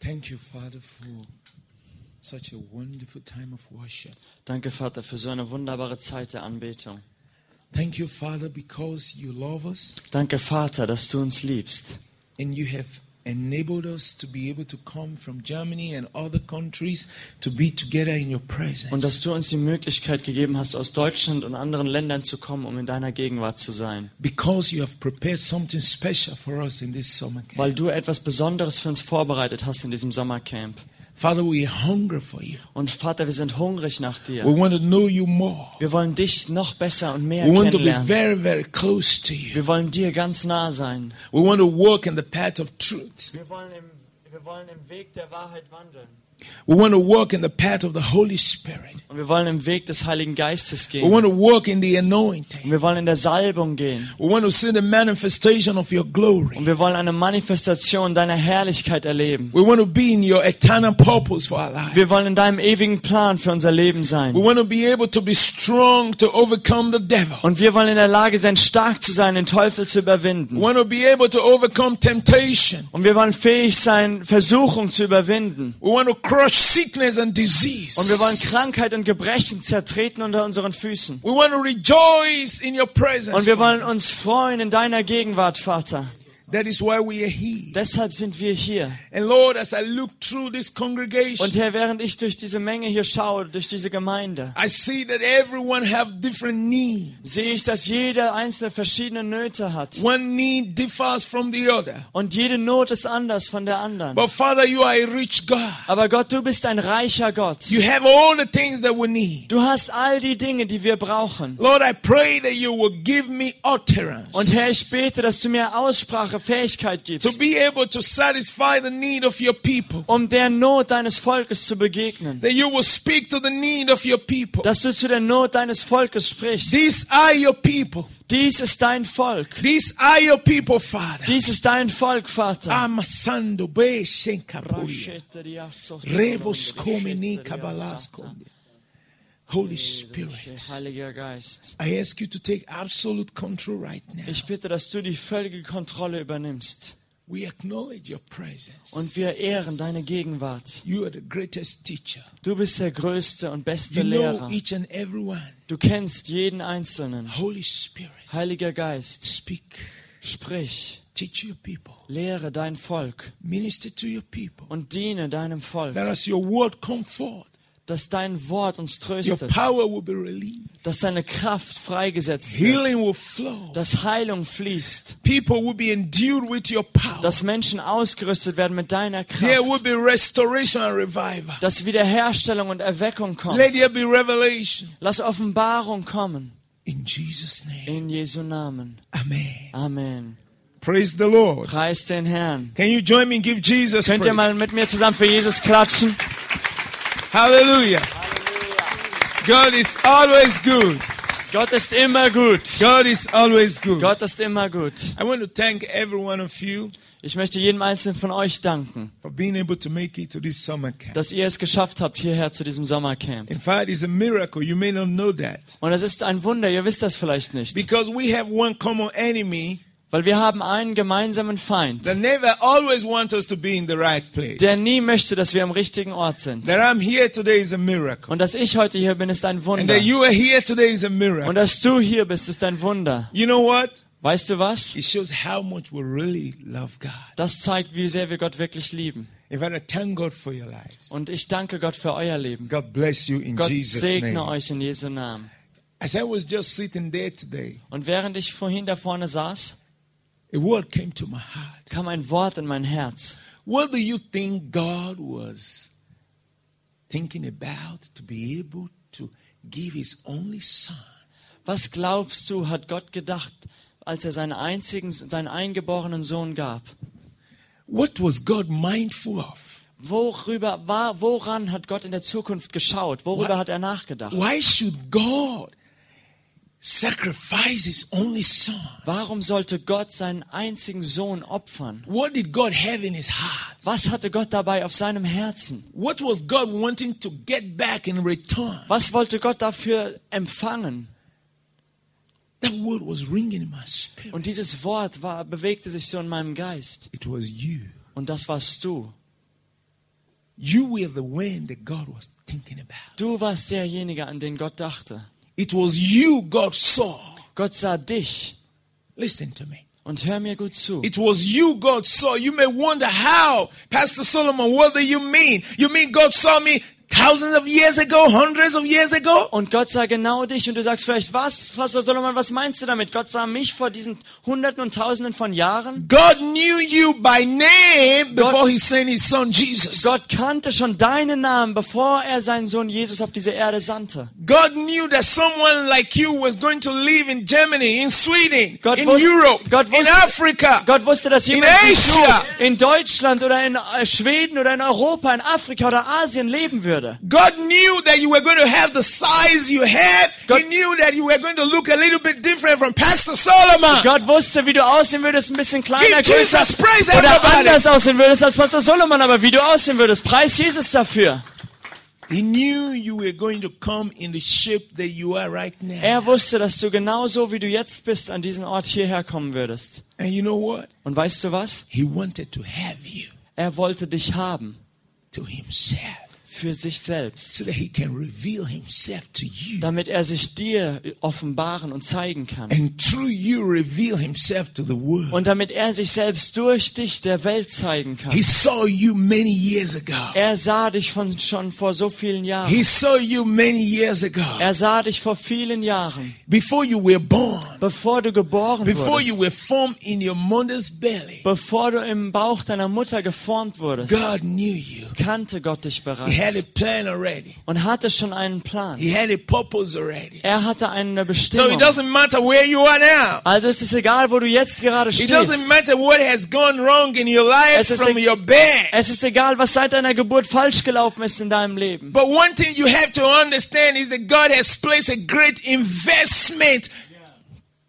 Thank you, Father, for such a wonderful time of worship. Danke, Vater, für so eine wunderbare Zeit der Anbetung. Thank you, Father, because you love us Danke, Vater, dass du uns liebst and you have enabled us to be able to come from Germany and other countries to be together in your und presence. dass du uns die Möglichkeit gegeben hast, aus Deutschland und anderen Ländern zu kommen, um in deiner Gegenwart zu sein. Because you have prepared something special for us in this summer camp. Weil du etwas Besonderes für uns vorbereitet hast in diesem Sommercamp. Father, we hunger for you. Und Vater, wir sind hungrig nach We dir. want to know you more. Wir wollen dich noch besser Oh, und mehr We want to be kennenlernen. very, very close to you. Wir wollen dir ganz nah sein. We want to walk in the path of truth. Wir wollen im, wir wollen im Weg der Wahrheit wandeln. We want to walk in the path of the Holy Spirit. Und wir wollen im Weg des Heiligen Geistes We gehen. want Oh, Und to walk in the anointing. wir wollen in der Salbung gehen. We want to see the manifestation of your glory. Und wir wollen eine Manifestation deiner Herrlichkeit erleben. We want to be in your eternal purpose for our lives. Wir wollen in deinem ewigen Plan für unser Leben We sein. want to be able to be strong to overcome the devil. Und wir wollen in der Lage sein, stark zu sein, den Teufel zu We überwinden. want to be able to overcome temptation. Und wir wollen fähig sein, Versuchung zu überwinden. We want to crush sickness and disease. Und wir wollen Krankheit und Gebrechen zertreten unter unseren Füßen. We want to rejoice in your presence. Und wir wollen uns freuen in deiner Gegenwart, Vater. that is why we are here. Deshalb sind wir hier. And Lord, as I look through this congregation, Und Herr, während ich durch diese Menge hier schaue, durch diese Gemeinde, I see that everyone have different needs. sehe ich, dass jeder einzelne verschiedene Nöte hat. One need differs from the other. Und jede Not ist anders von der anderen. But Father, you are a rich God. Aber Gott, du bist ein reicher Gott. You have all the things that we need. Du hast all die Dinge, die wir brauchen. Lord, I pray that you will give me utterance Und Herr, ich bete, dass du mir Aussprache, to Fähigkeit gibst, be able to satisfy the need of your people. um der Not deines Volkes zu begegnen. That you will speak to the need of your people. Dass du zu der Not deines Volkes sprichst. These are your people. Dies ist dein Volk. These are your people, Father. Dies ist dein Volk, Vater. Amasando be shenkapuria. Rebus komini kabalaskonde. Holy Spirit. Heiliger Geist. I ask you to take absolute control right now. Ich bitte, dass du die völlige Kontrolle übernimmst. We acknowledge your presence. Und wir ehren deine Gegenwart. You are the greatest teacher. Du bist der größte und beste You know Lehrer. each and every one. Du kennst jeden Einzelnen. Holy Spirit, Heiliger Geist, speak. sprich, Teach your people. lehre dein Volk Minister to your people. und diene deinem Volk, That as your word come forth, dass dein Wort uns your tröstet, power will be released. dass deine Kraft freigesetzt wird, Healing will flow. dass Heilung fließt, People will be endued with your power. dass Menschen ausgerüstet werden mit deiner There will Kraft, be restoration and revival. dass Wiederherstellung und Erweckung kommt. Let there be revelation. Lass Offenbarung kommen. In Jesus' name. In Jesu Namen. Amen. Amen. Praise the Lord. Preis den Herrn. Can you join me and give Jesus Könnt ihr praise? mal mit mir zusammen für Jesus klatschen? Hallelujah. God is always good. Gott ist immer gut. God is always good. Gott ist immer gut. I want to thank every one of you Ich möchte jedem Einzelnen von euch danken, for being able to make it to this summer camp. dass ihr es geschafft habt hierher zu diesem Sommercamp. In fact, it's a miracle. You may not know that. Und es ist ein Wunder, ihr wisst das vielleicht nicht. Because we have one common enemy Weil wir haben einen gemeinsamen Feind, that never always wants us to be in the right place. der nie möchte, dass wir am richtigen Ort sind. That I'm here today is a miracle. Und dass ich heute hier bin, ist ein And Wunder. that you are here today is a Und miracle. dass du hier bist, ist ein Wunder. You know what? Weißt du was? It shows how much we really love God. Das zeigt, wie sehr wir Gott wirklich lieben. In fact, I thank God for your lives. Und ich danke Gott für euer Leben. God bless you in Gott Jesus' segne name. euch in Jesu Namen. As I was just sitting there today, Und während ich vorhin da vorne saß, a word came to my heart. kam ein Wort in mein Herz. What do you think God was thinking about to be able to give his only son? Was glaubst du, hat Gott gedacht, als er seinen einzigen, seinen eingeborenen Sohn gab? What was God mindful of? Worüber war, woran hat Gott in der Zukunft geschaut? Worüber Wha- hat er nachgedacht? Why should God sacrifice his only son? Warum sollte Gott seinen einzigen Sohn opfern? What did God have in his heart? Was hatte Gott dabei auf seinem Herzen? What was God wanting to get back in return? Was wollte Gott dafür empfangen? That word was ringing in my spirit. Und dieses Wort war, bewegte sich so in meinem Geist. It was you. Und das warst du. You were the one that God was thinking about. Du warst derjenige, an den Gott dachte. It was you God saw. Gott sah dich. Listen to me. Und hör mir gut zu. It was you God saw. You may wonder how, Pastor Solomon, what do you mean? You mean God saw me thousands of years ago, hundreds of years ago? Und Gott sah genau dich und du sagst vielleicht, was, Pastor Solomon, was meinst du damit? Gott sah mich vor diesen Hunderten und Tausenden von Jahren? God knew you by name before he sent his son Jesus. Gott kannte schon deinen Namen, bevor er seinen Sohn Jesus auf diese Erde sandte. God knew that someone like you was going to live in Germany, in Sweden, Gott in wusste- Europe, Gott in wusste- Africa. Gott wusste, dass In jemand wie Asia. du in Deutschland oder in äh, Schweden oder in Europa, in Afrika oder Asien leben würde. God knew that you were going to have the size you had. God- he knew that you were going to look a little bit different from Pastor Solomon. Gott wusste, wie du aussehen würdest, ein bisschen kleiner, Give größer Jesus praise, oder everybody. anders aussehen würdest als Pastor Solomon, aber wie du aussehen würdest, preis Jesus dafür. He knew you were going to come in the shape that you are right now. Er wusste, dass du genauso wie du jetzt bist an diesen Ort hierher kommen würdest. And you know what? Und weißt du was? He wanted to have you Er wollte dich haben to himself für sich selbst, so that he can reveal himself to you. damit er sich dir offenbaren und zeigen kann And through you reveal himself to the world. und damit er sich selbst durch dich der Welt zeigen kann. He saw you many years ago. Er sah dich von, schon vor so vielen Jahren. He saw you many years ago. Er sah dich vor vielen Jahren, Before you were born. bevor du geboren Before you wurdest, were formed in your mother's belly. bevor du im Bauch deiner Mutter geformt wurdest, God knew you. kannte Gott dich He had a bereits plan already. und hatte schon einen Plan. He had a purpose already. Er hatte So eine it Bestimmung. doesn't matter where you are now. Also ist es egal, wo du jetzt gerade It doesn't stehst. matter what has gone wrong in your life Es ist from e- your bed. Es ist egal, was seit deiner Geburt falsch gelaufen ist in deinem Leben. But one thing you have to understand is that God has placed a great investment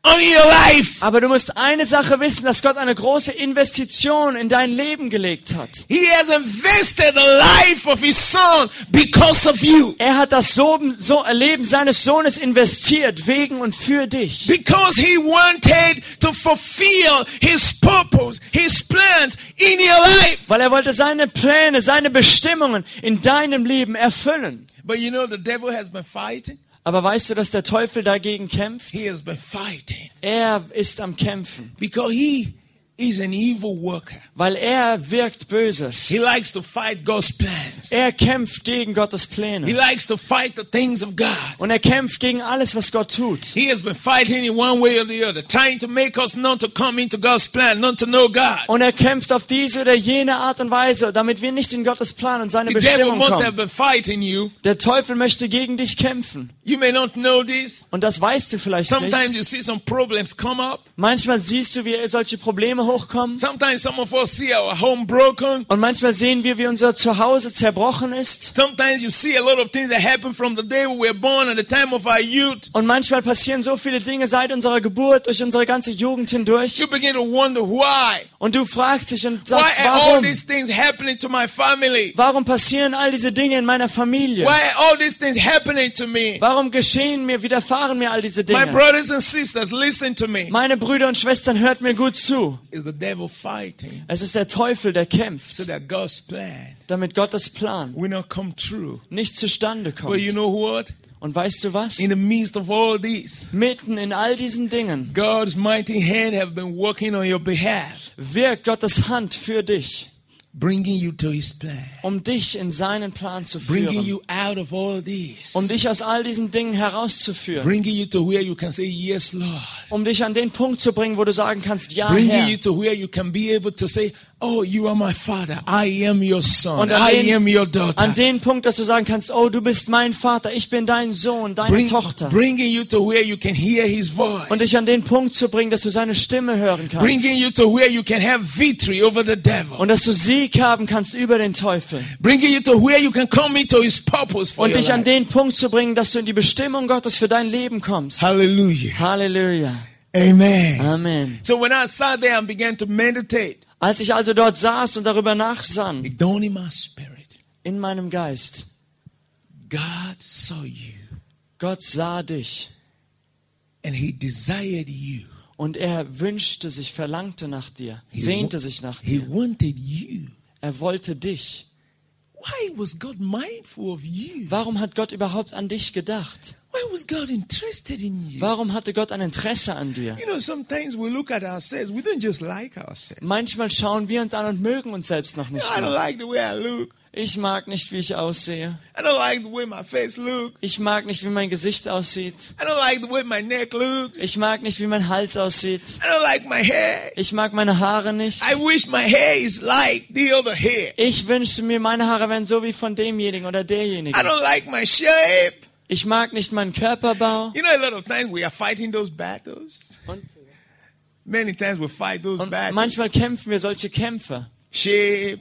on your life. Aber du musst eine Sache wissen, dass Gott eine große Investition in dein Leben gelegt hat. He has invested the life of his son because of you. Er hat das so, so Leben seines Sohnes investiert, wegen und für dich. Because he wanted to fulfill his purpose, his plans in your life. Weil er wollte seine Pläne, seine Bestimmungen in deinem Leben erfüllen. But you know, the devil has been fighting. Aber weißt du, dass der Teufel dagegen kämpft? He has been fighting Er ist am Kämpfen, because he is an evil worker. weil er wirkt Böses. He likes to fight God's plans. Er kämpft gegen Gottes He Pläne. likes to fight the things of God. Und er kämpft gegen alles, was Gott tut. He has been fighting in one way or the other, trying to make us not to come into God's plan, not to know God. Und er kämpft auf diese oder jene Art und Weise, damit wir nicht in Gottes Plan und seine The devil Bestimmung must have kommen. been fighting you. Der Teufel möchte gegen dich kämpfen. You may not know this. Und das weißt du vielleicht Sometimes nicht. you see some problems come up. Manchmal siehst du, wie solche Probleme hochkommen. Sometimes some of us see our home broken. Und manchmal sehen wir, wie unser Zuhause zerbrochen ist. Sometimes you see a lot of things that happen from the day we were born and the time of our youth. Und manchmal passieren so viele Dinge seit unserer Geburt, durch unsere ganze Jugend hindurch. You begin to wonder why. Und du fragst dich und Why sagst, are all warum? these things happening to my family? Warum passieren all diese Dinge in meiner Familie? Why are all these things happening to me? Warum geschehen mir, widerfahren mir all diese My Dinge? brothers and sisters, listen to me. Meine Brüder und Schwestern, hört mir gut zu. Is the devil fighting? Es ist der Teufel, der so kämpft, that God's plan damit Gottes Plan will not come true. nicht zustande But you kommt. know what? Und weißt du was? In the midst of all this, Mitten in all diesen Dingen God's mighty hand have been working on your behalf, wirkt Gottes Hand für dich, bringing you to His plan, um dich in seinen Plan zu bringing führen, you out of all this, um dich aus all diesen Dingen herauszuführen, bringing you to where you can say yes, Lord, um dich an den Punkt zu bringen, wo du sagen kannst, ja, bringing you Herr. to where you can be able to say, "Oh, you are my Father. I am your son. Und an I den- am your An daughter." den Punkt, dass du sagen kannst, oh, du bist mein Vater, ich bin dein Sohn, deine Bring- Tochter. bringing you to where you can hear His voice. Und dich an den Punkt zu bringen, dass du seine Stimme hören kannst. Bringing you to where you can have victory over the devil. Und dass du Sieg haben kannst über den Teufel. bringing you to where you can come into his purpose for Und your dich an life. den Punkt zu bringen, dass du in die Bestimmung Gottes für dein Leben kommst. Hallelujah. Halleluja. Amen. Amen. So when I sat there and began to meditate, Als ich also dort saß und darüber nachsann, it dawned in my spirit. in meinem Geist, God saw you Gott sah dich and he desired you. und er wünschte sich, verlangte nach dir, He sehnte wa- sich nach He dir. wanted you. Er wollte dich. Why was God mindful of you? Warum hat Gott überhaupt an dich gedacht? Why was God interested in you? Warum hatte Gott ein Interesse an dir? You know, sometimes we look at ourselves, we don't just like ourselves. Manchmal schauen wir uns an und mögen uns selbst noch nicht. I don't Mal. like the way I look. Ich mag nicht, wie ich aussehe. I don't like the way my face looks. Ich mag nicht, wie mein Gesicht aussieht. I don't like the way my neck looks. Ich mag nicht, wie mein Hals aussieht. I don't like my hair. Ich mag meine Haare nicht. I wish my hair is like the other hair. Ich wünschte mir, meine Haare wären so wie von demjenigen oder I derjenigen. don't like my shape. Ich mag nicht meinen Körperbau. You know, a lot of times we are fighting those battles. Und, Many times we fight those und battles. Um, manchmal kämpfen wir solche Kämpfe. shape,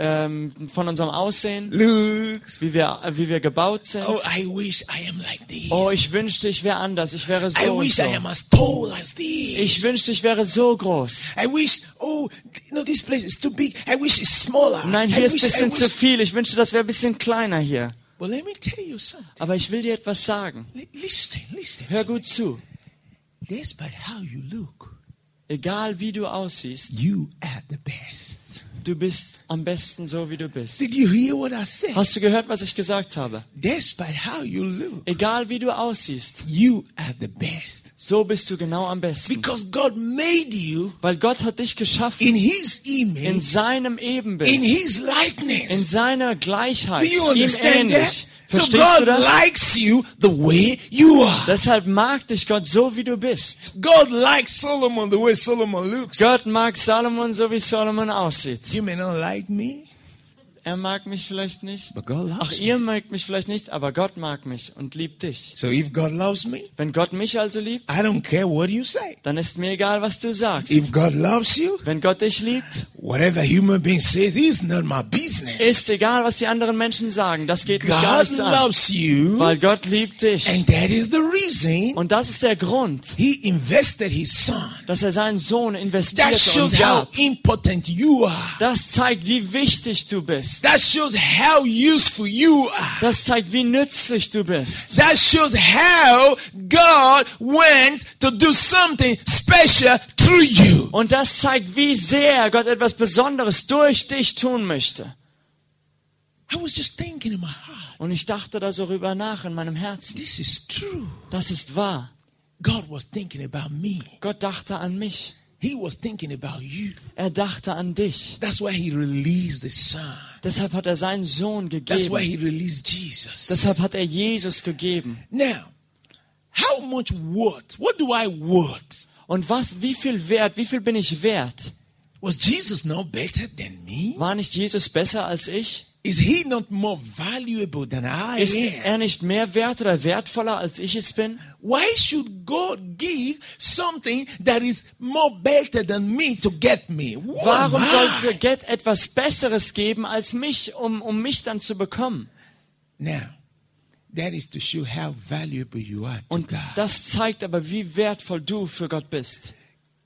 Ähm, von unserem Aussehen, looks. wie wir, äh, wie wir gebaut sind. Oh, I wish I am like this. Oh, ich wünschte, ich wäre anders. Ich wäre I so und wish so. I am as tall as this. Ich wünschte, ich wäre so groß. I wish, oh, no, this place is too big. I wish it's smaller. Nein, I hier ist ein wish, I bisschen wish. zu viel. Ich wünschte, das wäre ein bisschen kleiner hier. Well, let me tell you something. Aber ich will dir etwas sagen. Li- Listen, listen. Hör gut zu. Despite how you look, Egal wie du aussiehst, you are the best. du bist am besten so, wie du bist. Did you hear what I said? Hast du gehört, was ich gesagt habe? Despite how you look, Egal wie du aussiehst, you are the best. so bist du genau am besten. Because God made you Weil Gott hat dich in geschaffen His in image, seinem in Ebenbild, His in likeness. seiner Gleichheit, Do you ihm understand ähnlich. that? So Verstehst du God das? likes you the way you are. Deshalb mag dich Gott so, wie du bist. God likes Solomon the way Solomon looks. Gott mag Salomon so, wie Salomon aussieht. You may not like me, Er mag mich vielleicht nicht. but God Auch loves me. ihr mögt mich vielleicht nicht, aber Gott mag mich und liebt dich. So if God loves me, Wenn Gott mich also liebt, I don't care what you say. dann ist mir egal, was du sagst. If God loves you, Wenn Gott dich liebt, whatever human being says is not my business. ist egal, was die anderen Menschen sagen. Das geht mich gar God nichts an. loves you, Weil Gott liebt dich. and that is the reason Und das ist der Grund, He invested his son. dass er seinen Sohn That investierte shows und how gab. important you are. Das zeigt, wie wichtig du bist. That shows how useful you are. Das zeigt, wie nützlich du bist. That shows how God went to do something special through you. Und das zeigt, wie sehr Gott etwas Besonderes durch dich tun möchte. I was just thinking in my heart, Und ich dachte da so rüber nach in meinem Herzen. this is true. Das ist wahr. God was thinking about me. Gott dachte an mich. He was thinking about you. Er dachte an dich. That's why he released the son. Deshalb hat er seinen Sohn That's why gegeben. he released Jesus. Deshalb hat er Jesus gegeben. now, how much worth? What do I worth? Und was, wie viel wert, wie viel bin ich wert? Was Jesus not better than me? War nicht Jesus besser als ich? Is he not more valuable than I Ist am? er nicht mehr wert oder wertvoller als ich es bin? Why should God give something that is more better than me to get me? Who am Warum I? sollte Gott etwas Besseres geben als mich, um, um mich dann zu bekommen? Now, that is to show how valuable you are to Und God. das zeigt aber, wie wertvoll du für Gott bist.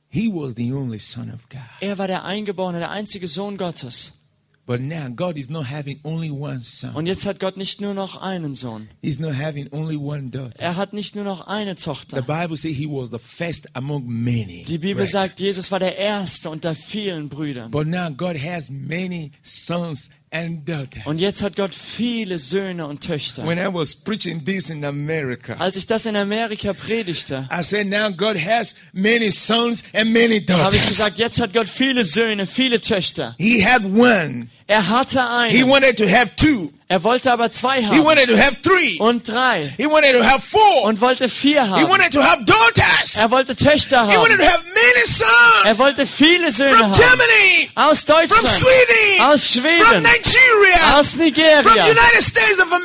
He was the only Son of God. Er war der Eingeborene, der einzige Sohn Gottes. But now, God is not having only one son. Und jetzt hat Gott nicht nur noch einen Sohn. He's not having only one daughter. Er hat nicht nur noch eine The Tochter. Bible says he was the first among many. Die Bibel Right. sagt, Jesus war der Erste unter vielen Brüdern. But now, God has many sons and daughters. Und jetzt hat Gott viele Söhne und Töchter. When I was preaching this in America, Als ich das in Amerika predigte, I said, now God has many sons and many habe ich daughters. gesagt, jetzt hat Gott viele Söhne, viele Töchter. He had one. Er hatte He einen, wanted to have two. er wollte aber zwei He haben wanted to have three. und drei He wanted to have four. und wollte vier He haben. wanted to have daughters. Er wollte Töchter He wanted haben. to have many Er sons wollte viele Söhne from haben. Germany, Aus from Deutschland, Sweden, aus from Schweden, Nigeria, aus from Nigeria, United States of aus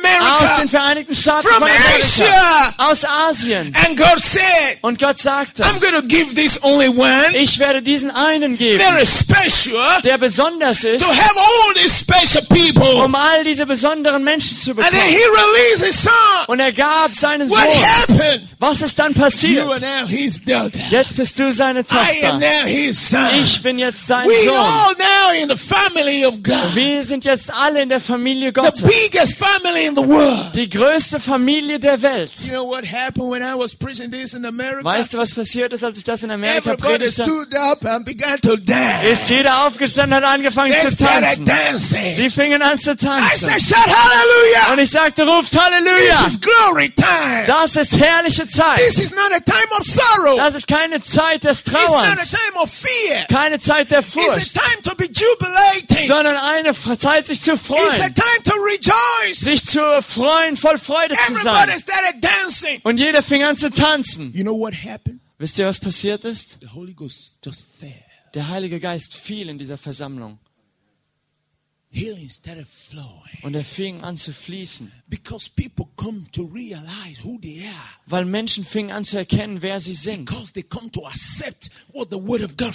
America. den Vereinigten Staaten From von Amerika, Asia. aus Asien. And God said, Und Gott sagte, I'm going to give this only one ich werde diesen einen geben, very special der besonders ist, to have all these special people. um all diese besonderen Menschen zu And then bekommen. he released his son. Und er gab seinen What Sohn. happened? Was ist dann You are passiert? now his daughter. Jetzt bist du seine I am Tochter. now his son. Ich bin jetzt sein We Sohn. all now in the family of God. Wir sind jetzt alle in der Familie The Gottes. biggest family in the world. Die größte Familie der You Welt. know what happened when I was preaching this in America? Weißt du, was passiert ist, als ich das in Amerika Everybody predigte? stood up and began to dance. Ist jeder aufgestanden, hat angefangen They zu started tanzen. dancing. Sie fingen an zu I tanzen. said, shout hallelujah. Und ich sagte, ruft This Halleluja! is glory time. Das ist herrliche Zeit. This is not a time of sorrow. Das ist keine Zeit des it's not a Trauerns, time of fear. keine Zeit der It's a Furcht, time to be jubilating. sondern eine F- Zeit, sich zu It's a freuen, time to rejoice. sich zu freuen, voll Freude zu Everybody sein. started dancing. Und jeder fing an zu tanzen. You know what happened? Wisst ihr, was passiert ist? The Holy Ghost just fell. Der Heilige Geist fiel in dieser Versammlung Healing started flowing und er fing an zu fließen, because people come to realize who they are. weil Menschen fingen an zu erkennen, wer sie sind, Because they come to accept what the Word of God weil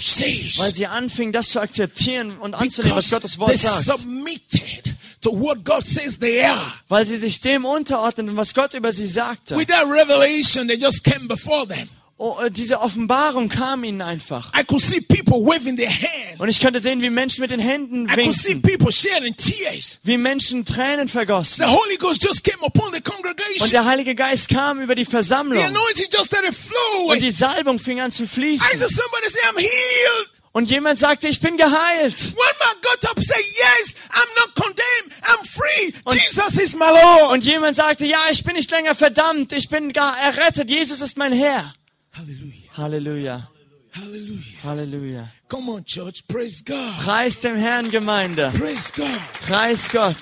says. sie anfingen, das zu akzeptieren und anzunehmen, was Because Gottes they Wort sagt, submitted to what God says they are. weil sie sich dem unterordneten, was Gott über sie sagte. Without revelation, they just came before them. Oh, äh, diese Offenbarung kam ihnen einfach. I could see people waving their hand. Und ich konnte sehen, wie Menschen mit den Händen I could see winkten, people sharing tears. wie Menschen Tränen The vergossen. Holy Ghost just came upon the Und congregation. der Heilige Geist kam über die The Versammlung. anointing just started Und flowing. die Salbung fing an zu I saw fließen. somebody say, I'm healed. Und jemand sagte, ich bin geheilt. One man got up and said, Yes, I'm not condemned. I'm free. Jesus is my Lord. Und jemand sagte, ja, ich bin nicht länger verdammt. Ich bin gar errettet. Jesus ist mein Herr. Hallelujah. Halleluja. Hallelujah. Halleluja. Come on, church. Praise God. Preis dem Herrn, Gemeinde. Praise God. Preis Gott.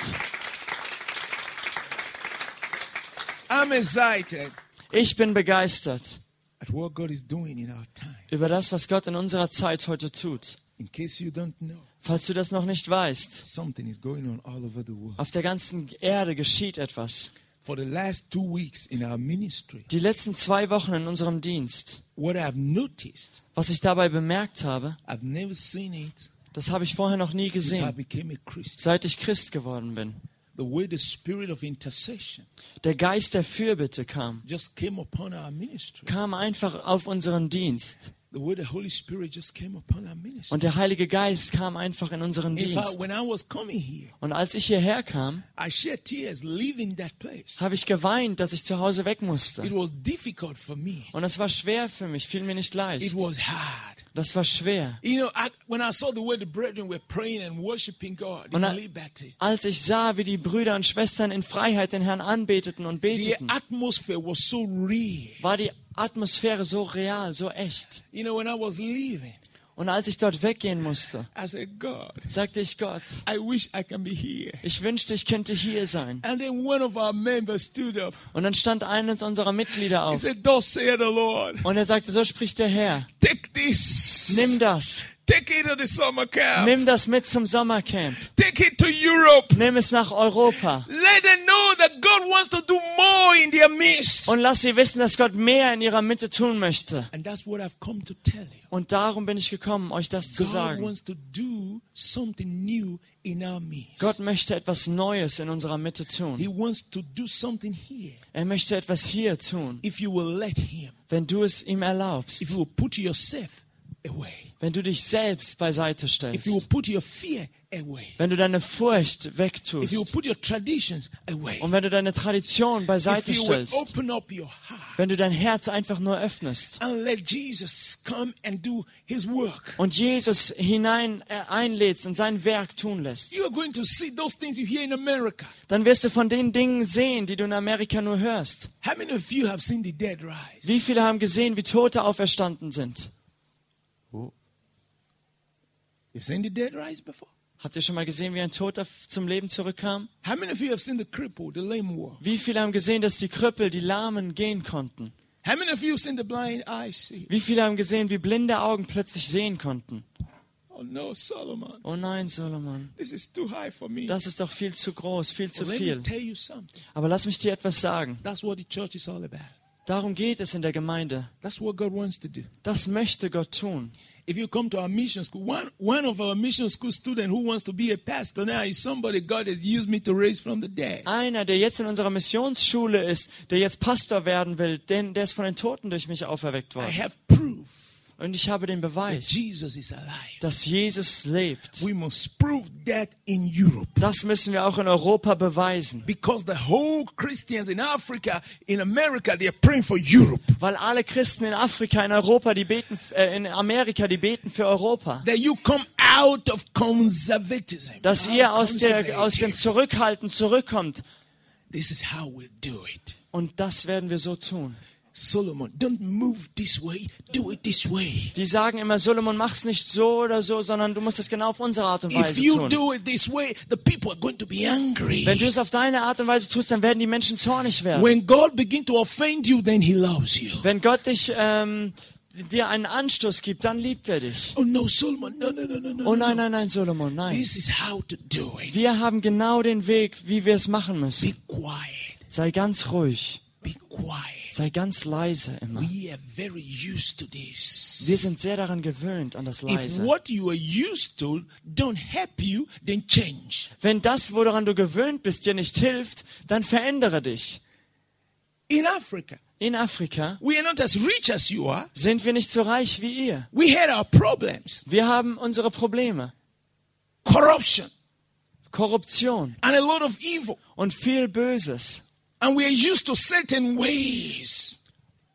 I'm excited Ich bin begeistert at what God is doing in our time. über das, was Gott in unserer Zeit heute tut. In case you don't know, Falls du das noch nicht weißt, something is going on all over the world. auf der ganzen Erde geschieht etwas. For the last two weeks in our ministry, Die letzten zwei Wochen in unserem Dienst, what I've noticed, was ich dabei bemerkt habe, I've never seen it das habe ich vorher noch nie since I gesehen, became a Christian. seit ich Christ geworden bin. The way the spirit of intercession Der Geist der Fürbitte kam, just came upon our ministry. kam einfach auf unseren Dienst. The way the Holy Spirit just came upon our ministry. Und der Heilige Geist kam einfach in unseren In fact, Dienst. when I was coming here, Und als ich hierher kam, I shed tears leaving that place. habe ich geweint, dass ich zu Hause weg It musste. was difficult for me. Und das war schwer für mich, fiel mir nicht It leicht. was hard. Das war schwer. You know, I, when I saw the way the brethren were praying and worshiping God in When I- liberty, Als ich sah, wie die Brüder und Schwestern in Freiheit den Herrn anbeteten und the beteten, atmosphere was so real. war die Atmosphäre so real, so echt. You know, when I was leaving, Und als ich dort weggehen musste, I said, God, sagte ich Gott, I wish I can be here. ich wünschte, ich könnte hier sein. And then one of our members stood up. Und dann stand eines unserer Mitglieder He auf said, Thus saith the Lord, und er sagte, so spricht der Herr, take this, nimm das, take it to the summer camp, nimm das mit zum Sommercamp, take it to Europe. nimm es nach Europa Let them know that God wants to do more in their midst. und lass sie wissen, dass Gott mehr in ihrer Mitte tun möchte. And that's what I've come to tell you. Und darum bin ich gekommen, euch das zu God sagen. wants to do something new in our midst. Gott möchte etwas Neues in unserer Mitte He tun. wants to do something here Er möchte etwas hier tun, if you will let Him, wenn du es ihm erlaubst, if you will put yourself away, wenn du dich selbst beiseite if you will stellst, put your fear away, wenn du deine Furcht if you will wegtust. put your traditions away, Und wenn du deine Tradition if beiseite you will stellst, open up your heart wenn du dein Herz einfach nur öffnest and let Jesus come and do His work. und Jesus hinein äh, einlädst und sein Werk tun lässt, You are going to see those things you hear in America. dann wirst du von den Dingen sehen, die du in Amerika nur hörst. How many of you have seen the dead rise? Wie viele haben gesehen, wie Tote auferstanden sind? You've seen the dead rise before? Habt ihr schon mal gesehen, wie ein Toter f- zum Leben zurückkam? How many of you have seen the crippled, the lame walk? Wie viele haben gesehen, dass die Krüppel, die Lahmen gehen konnten? How many of you have seen the blind eyes see? Wie viele haben gesehen, wie blinde Augen plötzlich sehen konnten? Oh no, Solomon, Oh nein, Solomon, this is too high for me. das ist doch viel zu groß, viel zu Well, let me viel. tell you something. Aber lass mich dir etwas sagen. That's what the church is all about. Darum geht es in der Gemeinde. That's what God wants to do. Das möchte Gott tun. If you come to our mission school, one, one of our mission school students who wants to be a pastor now is somebody God has used me to raise from the dead. Einer, der jetzt in unserer Missionsschule ist, der jetzt Pastor werden will, denn der ist von den Toten durch mich auferweckt I worden. have proof Und ich habe den that Beweis, Jesus is alive. dass Jesus lebt. We must prove that in Europe. Das müssen wir auch in Europa beweisen, Because the whole Christians in Africa, in America, they are praying for Europe. weil alle Christen in Afrika, in Europa, die beten, äh, in Amerika, die beten für Europa. That you come out of conservatism. dass Out ihr of aus, der, aus dem conservative. Zurückhalten zurückkommt. This is how we'll do it. Und das werden wir so tun. Solomon, don't move this way, do it this way. Die sagen immer, Solomon, mach's nicht so oder so, sondern du musst es genau auf unsere Art und If Weise you tun. do it this way, the people are going to be angry. Wenn du es auf deine Art und Weise tust, dann werden die Menschen zornig werden. When God begin to offend you, then he loves you. Wenn Gott dich, ähm, dir einen Anstoß gibt, dann liebt er dich. Oh no, Solomon, no, no, no, no, no. Oh nein, nein, nein, Solomon, nein. This is how to do it. Wir haben genau den Weg, wie wir es machen müssen. Be quiet. Sei ganz ruhig. Be quiet. Sei ganz leise immer. We are very used to this. Wir sind sehr daran gewöhnt, an das If Leise. what you are used to don't help you, then change. Wenn das, woran du gewöhnt bist, dir nicht hilft, dann verändere dich. In Africa, In Afrika we are not as rich as you are. sind wir nicht so reich wie ihr. We had our problems, Wir haben unsere Probleme. corruption, Korruption and a lot of evil. und viel Böses. And we are used to certain ways.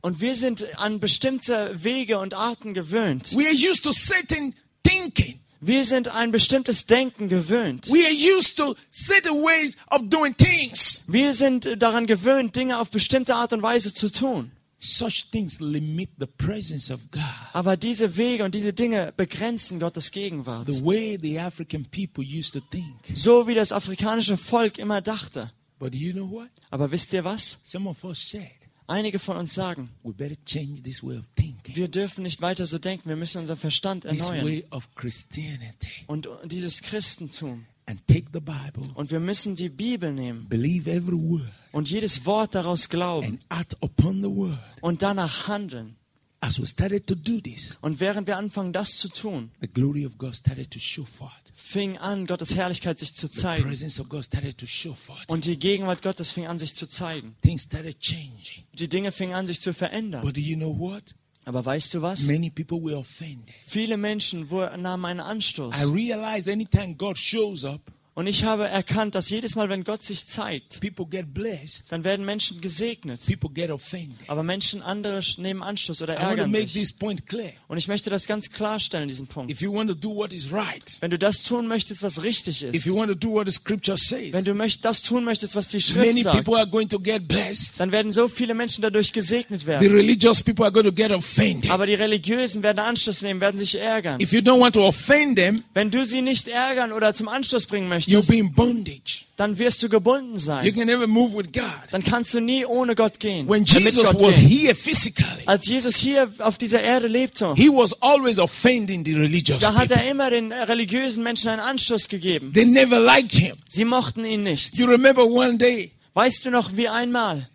Und wir sind an bestimmte Wege und Arten gewöhnt. We are used to certain thinking. Wir sind an bestimmtes Denken gewöhnt. We are used to certain ways of doing things. Wir sind daran gewöhnt, Dinge auf bestimmte Art und Weise zu tun. Such things limit the presence of God. Aber diese Wege und diese Dinge begrenzen Gottes Gegenwart. The way the African people used to think. So wie das afrikanische Volk immer dachte. But you know what? Aber wisst ihr was? Some of us said, Einige von uns sagen, we better change this way of thinking. wir dürfen nicht weiter so denken, wir müssen unseren Verstand This erneuern. way of Christianity. Und dieses Christentum. And take the Bible, Und wir müssen die Bibel nehmen believe every word, und jedes Wort daraus glauben and act upon the word. und danach handeln. As we started to do this, Und während wir anfangen, das zu tun, the glory of God started to show forth. fing an, Gottes Herrlichkeit sich zu The zeigen. presence of God started to show forth. Und die Gegenwart Gottes fing an, sich zu zeigen. Things started changing. Die Dinge fingen an, sich zu verändern. But do you know what? Aber weißt du was? Many people were offended. Viele Menschen wo- nahmen einen I Anstoß. realize anytime God shows up, Und ich habe erkannt, dass jedes Mal, wenn Gott sich zeigt, people get blessed, dann werden Menschen gesegnet. people get offended. Aber Menschen, andere sch- nehmen Anstoß oder I want to ärgern make sich. this point clear. Und ich möchte das ganz klarstellen, diesen Punkt. If you want to do what is right, Wenn du das tun möchtest, was richtig if ist, you want to do what the scripture wenn says, du möcht- das tun möchtest, was die Schrift many people are sagt, going to get blessed. dann werden so viele Menschen dadurch gesegnet The werden. religious people are going to get offended. Aber die Religiösen werden Anstoß nehmen, werden sich ärgern. If you don't want to offend them, Wenn du sie nicht ärgern oder zum Anstoß bringen you'll möchtest, be in bondage. dann wirst du gebunden You sein. can never move with God. Dann kannst du nie ohne Gott gehen. When äh, mit Jesus Gott was gehen. here physically, Als Jesus hier auf dieser Erde lebte, he was always offending the religious da hat people. er immer den äh, religiösen Menschen einen Anstoß gegeben. They never liked him. Sie mochten ihn nicht. You remember one day, Weißt du noch, wie einmal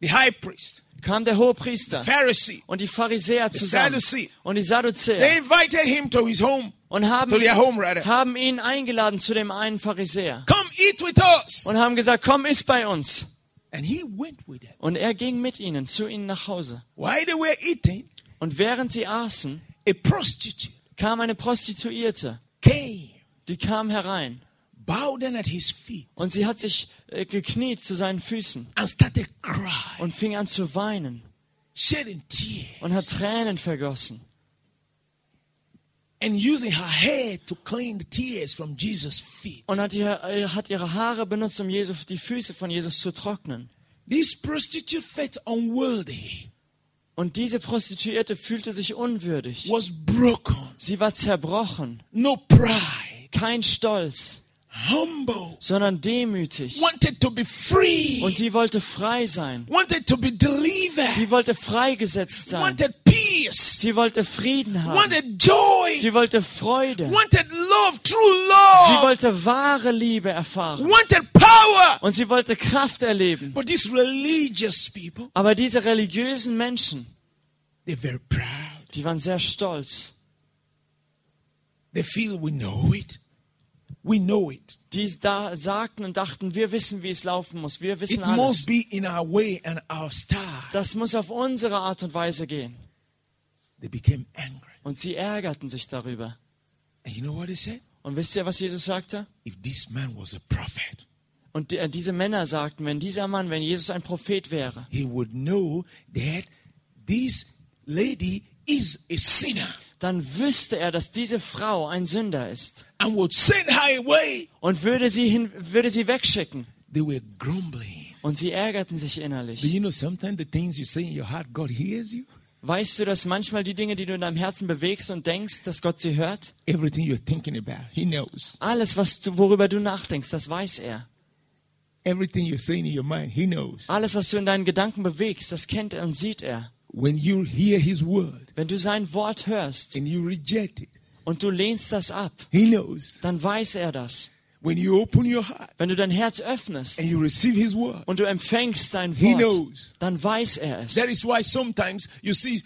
the high priest, kam der Hohepriester Pharisee, und die Pharisäer zusammen Sadducee. und die they Sadduzäer invited him to his home. und haben, To their home, rather. haben ihn eingeladen zu dem einen Pharisäer Come eat with us. und haben gesagt, komm, iss bei uns. And he went with them. Und er ging mit ihnen, zu ihnen nach Hause. While they were eating, Und während sie aßen, a prostitute kam eine Prostituierte, came, die kam herein bowed down at his feet, und sie hat sich äh, gekniet zu seinen Füßen and started crying, und fing an zu weinen shedding tears, und hat Tränen vergossen and using her hair to clean the tears from Jesus' feet. und hat, ihr, äh, hat ihre Haare benutzt, um Jesus, die Füße von Jesus zu trocknen. This prostitute felt unworthy, Und diese Prostituierte fühlte sich unwürdig. was broken, Sie war zerbrochen, no pride, kein Stolz, humble, sondern demütig. wanted to be free, Und die wollte frei sein. wanted to be delivered, Die wollte freigesetzt sein. wanted peace, Sie wollte Frieden haben. wanted joy, Sie wollte Freude. wanted love, true Sie love, wollte wahre Liebe erfahren. wanted power. Und sie wollte Kraft erleben. But these religious people, Aber diese religiösen Menschen, they're very proud. die waren sehr stolz. They feel we know it. We know it. Die da sagten und dachten, wir wissen, wie es laufen muss. Wir wissen It alles. must be in our way and our style. Das muss auf unsere Art und Weise gehen. They became angry. Und sie ärgerten sich darüber. And you know what they said? Und wisst ihr, was Jesus sagte? If this man was a prophet, Und die, äh, diese Männer sagten, wenn dieser Mann, wenn Jesus ein Prophet wäre, he would know that this lady is a sinner. dann wüsste er, dass diese Frau ein Sünder ist and would send her away. und würde sie, hin, würde sie wegschicken. They were grumbling. Und sie ärgerten sich Do innerlich. you know sometimes the things you say in your heart, God hears you? Weißt du, dass manchmal die Dinge, die du in deinem Herzen bewegst und denkst, dass Gott sie hört? Everything you're thinking about, He knows. Alles, was du, worüber du nachdenkst, das weiß er. Everything you're saying in your mind, He knows. Alles, was du in deinen Gedanken bewegst, das kennt er und sieht er. When you hear His word Wenn du sein Wort hörst and you reject it, und du lehnst das ab, He knows. dann weiß er das. When you open your heart Wenn du dein Herz öffnest and you receive His word, und du empfängst sein He Wort, knows. dann weiß er es. That is why sometimes you see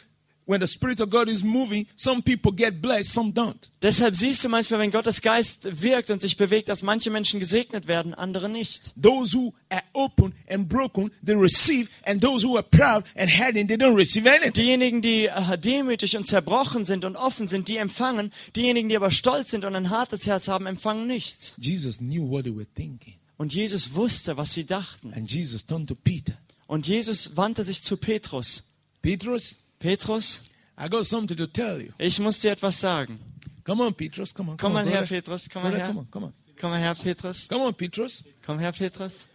when the Spirit of God is moving, some people get blessed, some don't. Deshalb siehst du manchmal, wenn Gottes Geist wirkt und sich bewegt, dass manche Menschen gesegnet werden, andere nicht. Those who are open and broken, they receive, and those who are proud and hiding, they don't receive anything. Diejenigen, die äh, demütig und zerbrochen sind und offen sind, die empfangen. Diejenigen, die aber stolz sind und ein hartes Herz haben, empfangen nichts. Jesus knew what they were thinking, Und Jesus wusste, was sie dachten. and Jesus turned to Peter. Und Jesus wandte sich zu Petrus. Petrus, Petrus, I got something to tell you. ich muss dir etwas sagen. Come on, Petrus, come on, Komm mal on, her, brother. Petrus. Komm mal Brother, her. come on, come on, Komm mal her, Petrus. come on, Petrus. Komm her, Petrus.